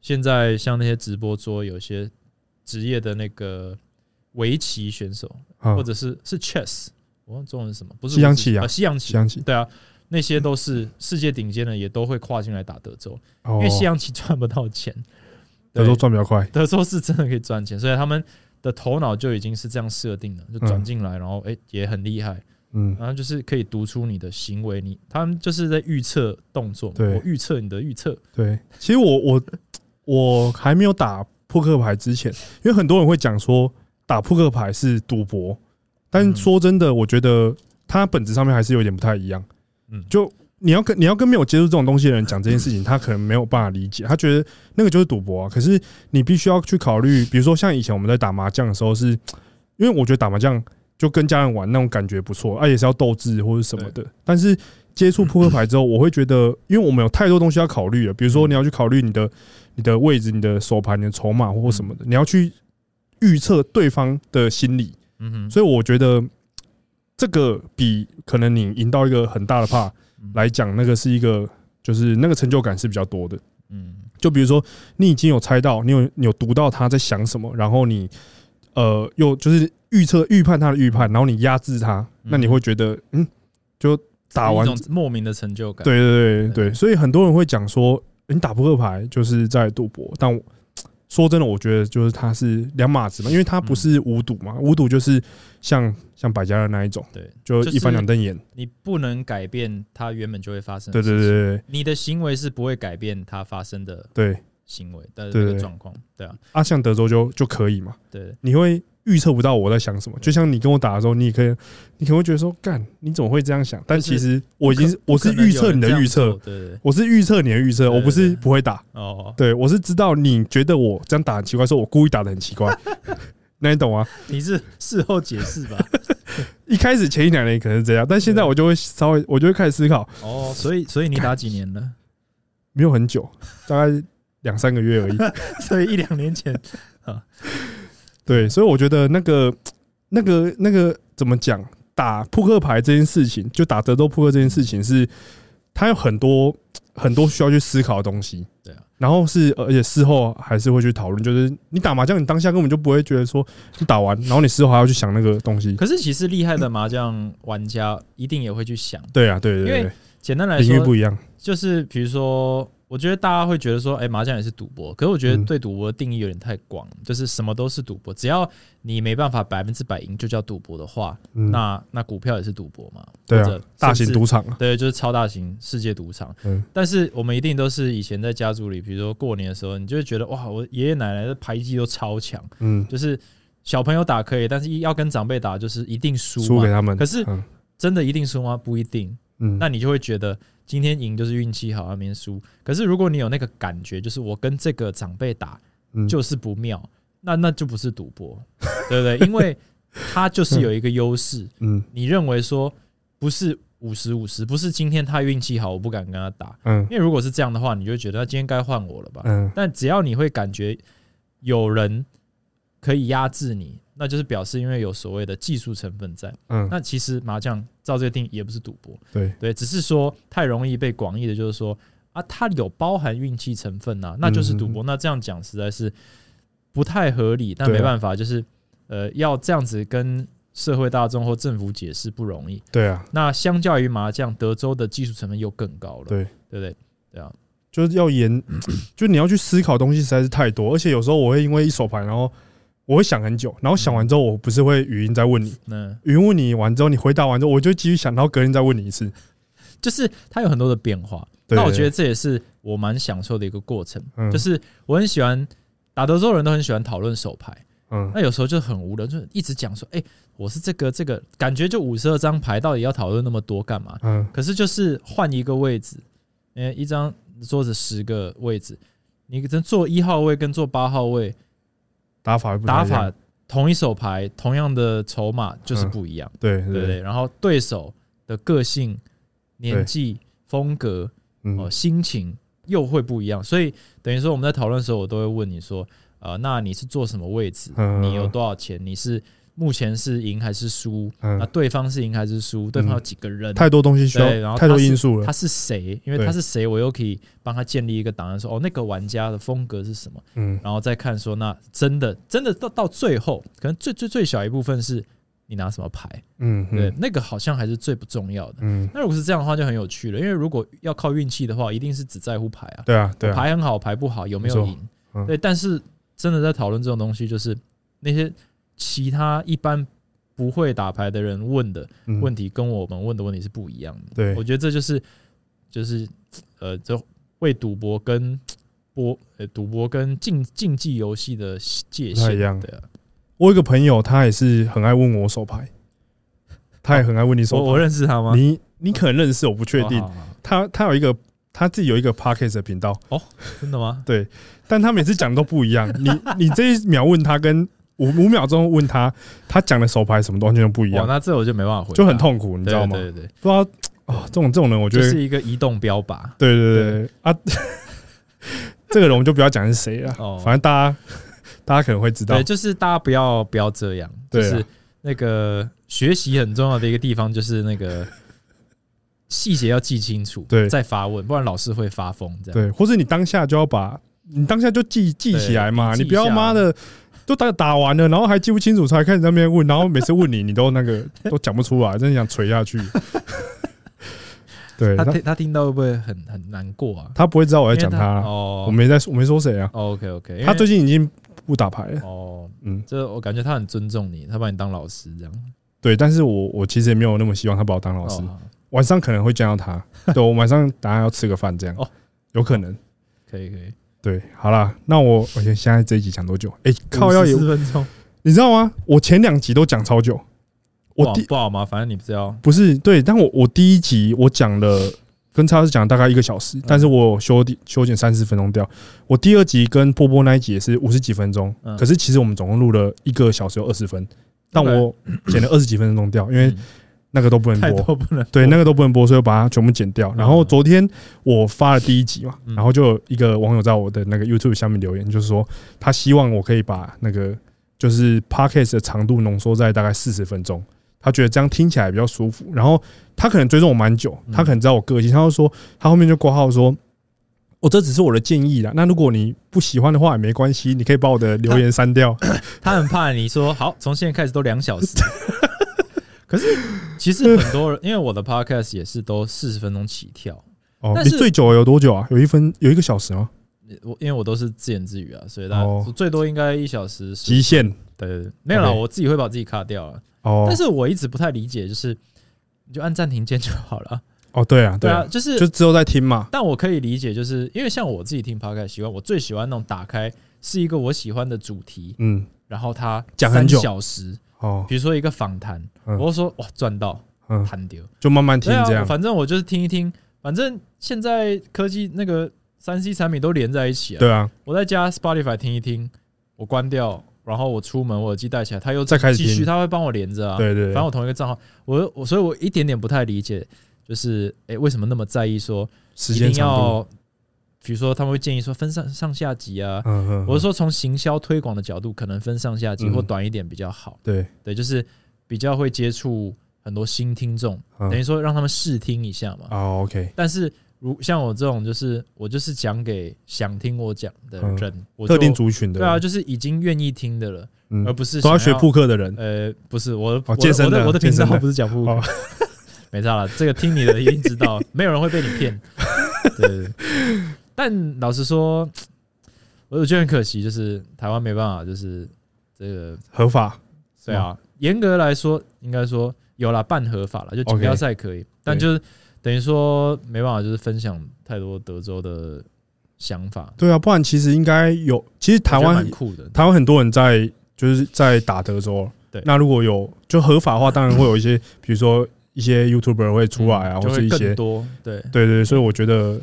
Speaker 2: 现在像那些直播桌，有些职业的那个围棋选手，
Speaker 1: 嗯
Speaker 2: 或者是是 chess，我忘了中文是什么，不是
Speaker 1: 西洋
Speaker 2: 围棋
Speaker 1: 棋啊
Speaker 2: 西洋棋，
Speaker 1: 象棋，
Speaker 2: 对啊，那些都是世界顶尖的，也都会跨进来打德州，
Speaker 1: 哦
Speaker 2: 因为西洋棋赚不到钱，
Speaker 1: 有时
Speaker 2: 对
Speaker 1: 候赚比较快，
Speaker 2: 德州是真的可以赚钱，所以他们的头脑就已经是这样设定了，就转进来，然后诶也很厉害，
Speaker 1: 嗯，
Speaker 2: 然后就是可以读出你的行为，你他们就是在预测动作嘛，
Speaker 1: 对
Speaker 2: 我预测你的预测，
Speaker 1: 对，其实我我我还没有打扑克牌之前，因为很多人会讲说打扑克牌是赌博，但
Speaker 2: 嗯
Speaker 1: 说真的，我觉得它本质上面还是有点不太一样。
Speaker 2: 嗯
Speaker 1: 就你要跟你要跟没有接触这种东西的人讲这件事情，他可能没有办法理解，他觉得那个就是赌博啊。可是你必须要去考虑，比如说像以前我们在打麻将的时候是，因为我觉得打麻将就跟家人玩那种感觉不错，啊也是要斗智或者什么的，但是。接触扑克牌之后，我会觉得，因为我们有太多东西要考虑了，比如说你要去考虑你的、你的位置、你的手盘、你的筹码或什么的，你要去预测对方的心理。
Speaker 2: 嗯哼，
Speaker 1: 所以我觉得这个比可能你赢到一个很大的帕
Speaker 2: 嗯
Speaker 1: 来讲，那个是一个就是那个成就感是比较多的。
Speaker 2: 嗯
Speaker 1: 就比如说你已经有猜到，你有你有读到他在想什么，然后你呃又就是预测预判他的预判，然后你压制他，那你会觉得嗯，就打完
Speaker 2: 是一种莫名的成就感，
Speaker 1: 对对对
Speaker 2: 对
Speaker 1: 对，所以很多人会讲说，诶你打扑克牌就是在赌博，但我嗯说真的，我觉得就是它是两码子嘛，因为它不
Speaker 2: 嗯
Speaker 1: 是无赌嘛，无赌就是像像百家乐那一种，
Speaker 2: 对，
Speaker 1: 就
Speaker 2: 就是
Speaker 1: 一翻两瞪眼。
Speaker 2: 你不能改变它原本就会发生，
Speaker 1: 对对，对
Speaker 2: 你的行为是不会改变它发生的
Speaker 1: 对对，
Speaker 2: 行为的
Speaker 1: 对
Speaker 2: 那
Speaker 1: 对
Speaker 2: 个状况，对啊，
Speaker 1: 啊，像德州就就可以嘛，
Speaker 2: 对，
Speaker 1: 你会预测不到我在想
Speaker 2: 嗯
Speaker 1: 什么，就像你跟我打的时候，你也可以，你可能会觉得说，干，你怎么会这样想？但
Speaker 2: 就
Speaker 1: 其
Speaker 2: 是
Speaker 1: 实我已经是
Speaker 2: 不
Speaker 1: 我
Speaker 2: 可
Speaker 1: 是
Speaker 2: 能
Speaker 1: 预测
Speaker 2: 有人
Speaker 1: 你的预
Speaker 2: 这样
Speaker 1: 测
Speaker 2: 做，对对对，
Speaker 1: 我是预测你的预测，
Speaker 2: 对
Speaker 1: 我不是
Speaker 2: 对
Speaker 1: 不会打。
Speaker 2: 哦，
Speaker 1: 对，我是知道你觉得我这样打很奇怪，所以我故意打的很奇怪， [laughs] 那你懂吗？
Speaker 2: 你是事后解释吧？
Speaker 1: 一开始前一两年可能是这样，但现在我就会稍微，我就会开始思考，
Speaker 2: 哦，所以所以你打几年了？
Speaker 1: 没有很久，大概两三个月而已。
Speaker 2: [laughs] 所以一两年前
Speaker 1: 对，所以我觉得那个、那个、那个怎么讲，打扑克牌这件事情，就打德州扑克这件事情是，它有很多很多需要去思考的东西。
Speaker 2: 对啊，
Speaker 1: 然后是而且事后还是会去讨论，就是你打麻将，你当下根本就不会觉得说你打完，然后你事后还要去想那个东西。
Speaker 2: [laughs] 可是其实厉害的麻将玩家一定也会去想，
Speaker 1: 对啊，对对
Speaker 2: 因
Speaker 1: 对
Speaker 2: 为简单来
Speaker 1: 领域
Speaker 2: 说，
Speaker 1: 不一样。
Speaker 2: 就是比如说，我觉得大家会觉得说，哎、麻将也是赌博，可是我觉得
Speaker 1: 嗯
Speaker 2: 对赌博的定义有点太广，就是什么都是赌博，只要你没办法百分之百赢就叫赌博的话，
Speaker 1: 嗯，
Speaker 2: 那那股票也是赌博嘛，
Speaker 1: 对
Speaker 2: 或
Speaker 1: 啊
Speaker 2: 者，
Speaker 1: 大
Speaker 2: 甚
Speaker 1: 型
Speaker 2: 至
Speaker 1: 赌场啊，
Speaker 2: 对，就是超大型世界赌场。
Speaker 1: 嗯
Speaker 2: 但是我们一定都是以前在家族里，比如说过年的时候，你就会觉得哇，我爷爷奶奶的牌技都超强，
Speaker 1: 嗯，
Speaker 2: 就是小朋友打可以，但是一要跟长辈打就是一定输
Speaker 1: 输
Speaker 2: 嘛
Speaker 1: 给。他们。
Speaker 2: 可是
Speaker 1: 嗯
Speaker 2: 真的一定输吗？不一定。
Speaker 1: 嗯，
Speaker 2: 那你就会觉得今天赢就是运气好，明天输。可是如果你有那个感觉，就是我跟这个长辈打
Speaker 1: 嗯
Speaker 2: 就是不妙，那那就不是赌博， [laughs] 对不对？因为他就是有一个优势，
Speaker 1: 嗯
Speaker 2: 你认为说不是五十五十，不是今天他运气好，我不敢跟他打。
Speaker 1: 嗯
Speaker 2: 因为如果是这样的话，你就会觉得那啊今天该换我了吧？
Speaker 1: 嗯
Speaker 2: 但只要你会感觉有人可以压制你，那就是表示因为有所谓的技术成分在。
Speaker 1: 嗯，
Speaker 2: 那其实麻将照这个定义也不是赌博，
Speaker 1: 对
Speaker 2: 对，只是说太容易被广义的，就是说啊，它有包含运气成分呐、那就是赌
Speaker 1: 嗯
Speaker 2: 博。那这样讲实在是不太合理，但
Speaker 1: 对啊
Speaker 2: 没办法，就是呃，要这样子跟社会大众或政府解释不容易。
Speaker 1: 对啊，
Speaker 2: 那相较于麻将，德州的技术成分又更高了，
Speaker 1: 对
Speaker 2: 对不对？
Speaker 1: 就是要研， [clears throat] 就你要去思考东西实在是太多，而且有时候我会因为一手牌，然后我会想很久，然后想完之后，我不是会语音再问你，
Speaker 2: 那
Speaker 1: 语音问你完之后，你回答完之后，我就继续想，然后隔天再问你一次。
Speaker 2: 就是它有很多的变化。
Speaker 1: 对
Speaker 2: 那我觉得这也是我蛮享受的一个过程，
Speaker 1: 嗯
Speaker 2: 就是我很喜欢打德州的人都很喜欢讨论手牌，
Speaker 1: 嗯
Speaker 2: 那有时候就很无聊，就一直讲说，哎、我是这个这个，感觉就五十二张牌，到底要讨论那么多干嘛？
Speaker 1: 嗯
Speaker 2: 可是就是换一个位置，因为一张桌子十个位置，你真坐一号位跟坐八号位
Speaker 1: 打法不太
Speaker 2: 打
Speaker 1: 一样
Speaker 2: 法，同一手牌，同样的筹码就是不一样，
Speaker 1: 嗯对
Speaker 2: 对不
Speaker 1: 对
Speaker 2: 对？然后对手的个性、年纪、风格、哦、
Speaker 1: 嗯
Speaker 2: 心情又会不一样，所以等于说我们在讨论的时候，我都会问你说，呃，那你是坐什么位置？
Speaker 1: 嗯
Speaker 2: 你有多少钱？你是目前是赢还是输？那
Speaker 1: 嗯，
Speaker 2: 对方是赢还是输？对方有几个人？
Speaker 1: 太多东西需
Speaker 2: 对然
Speaker 1: 要，
Speaker 2: 后
Speaker 1: 太
Speaker 2: 他
Speaker 1: 多
Speaker 2: 是
Speaker 1: 因素了
Speaker 2: 他。是谁？因为
Speaker 1: 对
Speaker 2: 他是谁，我又可以帮他建立一个档案说哦，那个玩家的风格是什么？
Speaker 1: 嗯
Speaker 2: 然后再看说，那真的真的到到最后，可能最最最小一部分是你拿什么牌，
Speaker 1: 嗯
Speaker 2: 对，
Speaker 1: 嗯
Speaker 2: 那个好像还是最不重要的。
Speaker 1: 嗯，
Speaker 2: 那如果是这样的话，就很有趣了，因为如果要靠运气的话，一定是只在乎牌啊，
Speaker 1: 对啊对啊，
Speaker 2: 牌很好，牌不好，有没有
Speaker 1: 没错
Speaker 2: 赢？
Speaker 1: 嗯
Speaker 2: 对，但是真的在讨论这种东西，就是那些其他一般不会打牌的人问的
Speaker 1: 嗯
Speaker 2: 问题，跟我们问的问题是不一样的。
Speaker 1: 对
Speaker 2: 我觉得这就是就是呃，这为赌博跟博呃赌博跟竞竞技游戏的界
Speaker 1: 不太
Speaker 2: 限
Speaker 1: 一样
Speaker 2: 对啊，
Speaker 1: 我有一个朋友，他也是很爱问我手牌，他也很爱问你手
Speaker 2: 我
Speaker 1: 牌。
Speaker 2: 我认识他吗？
Speaker 1: 你你可能认识，我不确定
Speaker 2: 哦。好好好
Speaker 1: 他他有一个他自己有一个 podcast 的频道，
Speaker 2: 真的吗？
Speaker 1: 但他每次讲的都不一样。你你这一秒问他，跟五五秒钟问他，他讲的手牌什么都完全不一
Speaker 2: 哇，
Speaker 1: 样，
Speaker 2: 那这我就没办法回答，
Speaker 1: 就很痛苦，你
Speaker 2: 对，
Speaker 1: 知道吗？
Speaker 2: 对对对，
Speaker 1: 不知道啊，这种这种人，我觉
Speaker 2: 就
Speaker 1: 得
Speaker 2: 是一个移动标靶。
Speaker 1: 对对对对啊， [laughs] 这个人我们就不要讲是谁了
Speaker 2: 哦，
Speaker 1: 反正大家大家可能会知道
Speaker 2: 对，。就是大家不要不要这样，就
Speaker 1: 对啊
Speaker 2: 是那个学习很重要的一个地方，就是
Speaker 1: [laughs]
Speaker 2: 那个细节要记清楚，
Speaker 1: 对
Speaker 2: 再发问，不然老师会发疯这样。
Speaker 1: 对，或者你当下就要把你当下就记记起来嘛，
Speaker 2: 对
Speaker 1: 你
Speaker 2: 记
Speaker 1: 不要
Speaker 2: 一下
Speaker 1: 妈的都打打完了，然后还记不清楚，才开始在那边问，然后每次问你，你都那
Speaker 2: [laughs]
Speaker 1: 个都讲不出来，真的想垂下去。 [laughs] 对
Speaker 2: 他
Speaker 1: 他，
Speaker 2: 听他听到会不会很很难过啊？
Speaker 1: 他不会知道我
Speaker 2: 我
Speaker 1: 在讲他啦，
Speaker 2: 哦，
Speaker 1: 我没在说，我没说谁啊，
Speaker 2: OK OK，
Speaker 1: 他最近已经不打牌了，
Speaker 2: 哦，
Speaker 1: 嗯，
Speaker 2: 这我感觉他很尊重你，他把你当老师这样。
Speaker 1: 对，但是我我其实也没有那么希望他把我当老师
Speaker 2: 哦，好
Speaker 1: 晚上可能会见到
Speaker 2: [laughs]
Speaker 1: 他，对我晚上等下要吃个饭这样
Speaker 2: 哦，
Speaker 1: 有可能。
Speaker 2: 可以可以，
Speaker 1: 对，好啦，那我我先现在这一集讲多久？哎、靠要有
Speaker 2: 四分钟，
Speaker 1: 你知道吗？我前两集都讲超久，
Speaker 2: 不
Speaker 1: 我
Speaker 2: 好
Speaker 1: 第
Speaker 2: 不好吗？反正你不知道，
Speaker 1: 不是对，但我我第一集我讲了跟叉是讲了大概一个小
Speaker 2: 嗯
Speaker 1: 时，但是我有修修剪三十分钟掉。我第二集跟波波那一集也是五十几分钟，
Speaker 2: 嗯
Speaker 1: 可是其实我们总共录了一个小时有二十分，但
Speaker 2: OK
Speaker 1: 我剪了二十几分钟掉，因为
Speaker 2: 嗯
Speaker 1: 那个都不能
Speaker 2: 太
Speaker 1: 播。
Speaker 2: 多不能
Speaker 1: 对，那个都不能播，所以我把它全部剪掉。然后昨天我发了第一集嘛，
Speaker 2: 嗯
Speaker 1: 然后就有一个网友在我的那个 YouTube 下面留言，就是说他希望我可以把那个就是 Podcast 的长度浓缩在大概四十分钟，他觉得这样听起来比较舒服。然后他可能追踪我蛮久，
Speaker 2: 嗯
Speaker 1: 他可能知道我个性，他就说他后面就挂号说。哦，这只是我的建议啦。那如果你不喜欢的话也没关系，你可以把我的留言删掉。
Speaker 2: 他很怕你说好，从现在开始都两
Speaker 1: [laughs]
Speaker 2: 小时。可是其实很多人，因为我的 podcast 也是都四十分钟起跳，
Speaker 1: 哦，
Speaker 2: 但
Speaker 1: 你
Speaker 2: 是
Speaker 1: 最久有多久啊？有一分有一个小时吗？
Speaker 2: 我因为我都是自言自语啊，所以大家、
Speaker 1: 哦
Speaker 2: 最多应该一小时十。
Speaker 1: 极限
Speaker 2: 对对对，没有啦，
Speaker 1: OK
Speaker 2: 我自己会把自己卡掉了。啊
Speaker 1: 哦
Speaker 2: 但是我一直不太理解，就是你就按暂停键就好了。
Speaker 1: 哦，对啊对
Speaker 2: 对啊，
Speaker 1: 啊，
Speaker 2: 就是
Speaker 1: 就只有在听嘛。
Speaker 2: 但我可以理解，就是因为像我自己听 podcast 习惯，我最喜欢那种打开是一个我喜欢的主题，
Speaker 1: 嗯，
Speaker 2: 然后它
Speaker 1: 讲很久
Speaker 2: 三小时，
Speaker 1: 哦，
Speaker 2: 比如说一个访谈，
Speaker 1: 嗯
Speaker 2: 我就说哇赚到
Speaker 1: 嗯，
Speaker 2: 谈丢，
Speaker 1: 就慢慢听
Speaker 2: 对
Speaker 1: 这
Speaker 2: 啊，
Speaker 1: 样。
Speaker 2: 反正我就是听一听，反正现在科技那个三 C 产品都连在一起啊，
Speaker 1: 对啊，
Speaker 2: 我在家 Spotify 听一听，我关掉，然后我出门我耳机戴起来，它又
Speaker 1: 再开始
Speaker 2: 继续，
Speaker 1: 听
Speaker 2: 它会帮我连着啊，
Speaker 1: 对对
Speaker 2: 反正
Speaker 1: 对，
Speaker 2: 我同一个账号，我我所以我一点点不太理解，就是诶、为什么那么在意说
Speaker 1: 时
Speaker 2: 一
Speaker 1: 间
Speaker 2: 定
Speaker 1: 长度。
Speaker 2: 要，比如说他们会建议说分上上下集啊。
Speaker 1: 嗯嗯，
Speaker 2: 我是
Speaker 1: 说
Speaker 2: 说从行销推广的角度，可能分上下集
Speaker 1: 嗯
Speaker 2: 或短一点比较好。
Speaker 1: 对，
Speaker 2: 对，就是比较会接触很多新听众，
Speaker 1: 嗯
Speaker 2: 等于说让他们试听一下嘛。
Speaker 1: 哦，OK，
Speaker 2: 但是如像我这种，就是我就是讲给想听我讲的
Speaker 1: 嗯
Speaker 2: 人，我就
Speaker 1: 特定族群的
Speaker 2: 对啊，，就是已经愿意听的了，
Speaker 1: 嗯
Speaker 2: 而不是
Speaker 1: 都要
Speaker 2: 想
Speaker 1: 学扑克的人，
Speaker 2: 呃，不是我的，我的
Speaker 1: 健身
Speaker 2: 我的
Speaker 1: 的
Speaker 2: 我的
Speaker 1: 健
Speaker 2: 频
Speaker 1: 身
Speaker 2: 道
Speaker 1: 的
Speaker 2: 不是讲扑
Speaker 1: 哦
Speaker 2: 克， [laughs] 没差了。这个听你的一定
Speaker 1: [laughs]
Speaker 2: 知道，没有人会被你骗。对对，对但老实说，我我觉得很可惜，就是台湾没办法，就是这个
Speaker 1: 合法。
Speaker 2: 对
Speaker 1: 哦
Speaker 2: 啊，严格来说，应该说有啦，半合法了，就锦标
Speaker 1: OK
Speaker 2: 赛可以，但
Speaker 1: 对
Speaker 2: 就是等于说没办法，就是分享太多德州的想法。
Speaker 1: 对啊，不然其实应该有，其实台
Speaker 2: 我觉得
Speaker 1: 湾
Speaker 2: 蛮酷的，
Speaker 1: 台湾很多人在就是在打德州，
Speaker 2: 对
Speaker 1: 那如果有就合法的话，当然会有一些， [laughs] 比如说一些 YouTuber 会出来啊，
Speaker 2: 嗯就
Speaker 1: 或是
Speaker 2: 会
Speaker 1: 一
Speaker 2: 更
Speaker 1: 些。
Speaker 2: 多。对
Speaker 1: 对对对，所以我觉得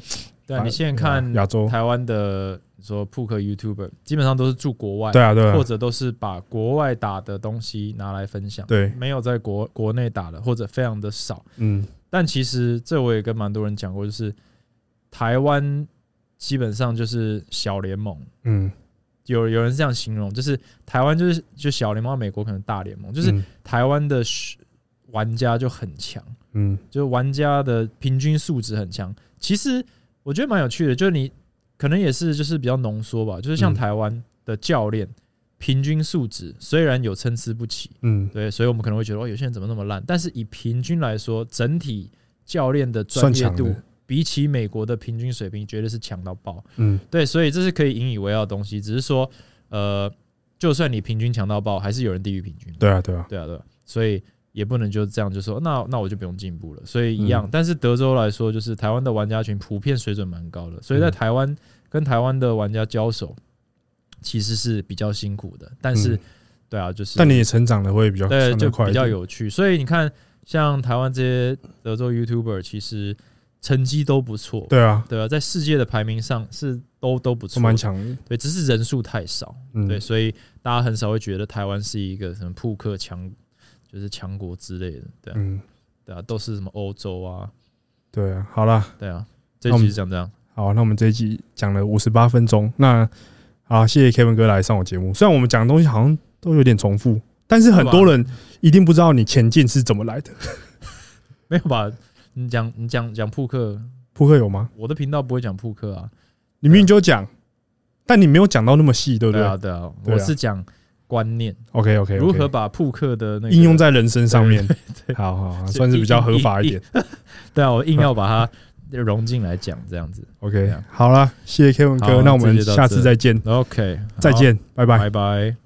Speaker 2: 对啊，你现在看
Speaker 1: 亚洲，
Speaker 2: 台湾的你说扑克 YouTuber 基本上都是住国外，
Speaker 1: 对啊对啊
Speaker 2: 或，者都是把国外打的东西拿来分享，
Speaker 1: 对，
Speaker 2: 没有在国国内打的或者非常的少。
Speaker 1: 嗯，
Speaker 2: 但其实这我也跟蛮多人讲过，就是台湾基本上就是小联盟，
Speaker 1: 嗯，
Speaker 2: 有有人是这样形容，就是台湾就是就小联盟，美国可能大联盟，就
Speaker 1: 就是
Speaker 2: 台湾的玩家就很强。
Speaker 1: 嗯
Speaker 2: 就是玩家的平均素质很强。其实我觉得蛮有趣的，就是你可能也是就是比较浓缩吧，就是像
Speaker 1: 嗯
Speaker 2: 台湾的教练、平均素质虽然有参差不齐，
Speaker 1: 嗯，
Speaker 2: 对，所以我们可能会觉得哦，有些人怎么那么烂，但是以平均来说，整体教练的专
Speaker 1: 算
Speaker 2: 业
Speaker 1: 强
Speaker 2: 度
Speaker 1: 的，
Speaker 2: 比起美国的平均水平，绝对是强到爆。
Speaker 1: 嗯，
Speaker 2: 对，所以这是可以引以为傲的东西，只是说呃，就算你平均强到爆，还是有人低于平均。
Speaker 1: 对啊对啊，
Speaker 2: 对啊，对啊，所以也不能就这样就说那那我就不用进步了，所以一样。
Speaker 1: 嗯
Speaker 2: 但是德州来说，就是台湾的玩家群普遍水准蛮高的，所以在
Speaker 1: 嗯
Speaker 2: 台湾跟台湾的玩家交手其实是比较辛苦的，但是、
Speaker 1: 嗯
Speaker 2: 对啊，就是
Speaker 1: 但你也成长的会比较相
Speaker 2: 对就
Speaker 1: 对快
Speaker 2: 比
Speaker 1: 一
Speaker 2: 较
Speaker 1: 点，
Speaker 2: 有趣，所以你看像台湾这些德州 YouTuber 其实成绩都不错，
Speaker 1: 对啊，
Speaker 2: 对啊，在世界的排名上是都都不
Speaker 1: 都
Speaker 2: 错
Speaker 1: 蛮
Speaker 2: 的，
Speaker 1: 强的，
Speaker 2: 对，只是人数太少。
Speaker 1: 嗯，
Speaker 2: 对，所以大家很少会觉得台湾是一个什么扑克强，就是强国之类的，对啊，
Speaker 1: 嗯，
Speaker 2: 对啊，都是什么欧洲啊，
Speaker 1: 对啊，好啦，
Speaker 2: 对啊，这
Speaker 1: 那我
Speaker 2: 集
Speaker 1: 们
Speaker 2: 就讲这样，
Speaker 1: 好，那我们这一集讲了五十八分钟，那好，谢谢 Kevin 哥来上我节目。虽然我们讲的东西好像都有点重复，但是很
Speaker 2: 啊
Speaker 1: 多人一定不知道你前进是怎么来的。
Speaker 2: 没有吧？你讲你讲讲扑克，
Speaker 1: 扑克有吗？
Speaker 2: 我的频道不会讲扑克啊，
Speaker 1: 你明明就讲，但你没有讲到那么细，对不
Speaker 2: 对
Speaker 1: 对
Speaker 2: 啊对啊，
Speaker 1: 对
Speaker 2: 我
Speaker 1: 啊
Speaker 2: 是讲观念，
Speaker 1: ？OK OK，
Speaker 2: 如何把扑克的那个
Speaker 1: 应用在人生上面？[laughs]
Speaker 2: 对
Speaker 1: 好好，好算是比较合法一点。
Speaker 2: 对啊，我硬要把它融进来讲这样子
Speaker 1: OK，
Speaker 2: 啊
Speaker 1: 好啦，谢谢 Kevin
Speaker 2: 好
Speaker 1: 哥，那我
Speaker 2: 这
Speaker 1: 们
Speaker 2: 集就到
Speaker 1: 下次
Speaker 2: 这
Speaker 1: 再见，
Speaker 2: ，OK，好
Speaker 1: 再，见，拜拜。
Speaker 2: 拜拜。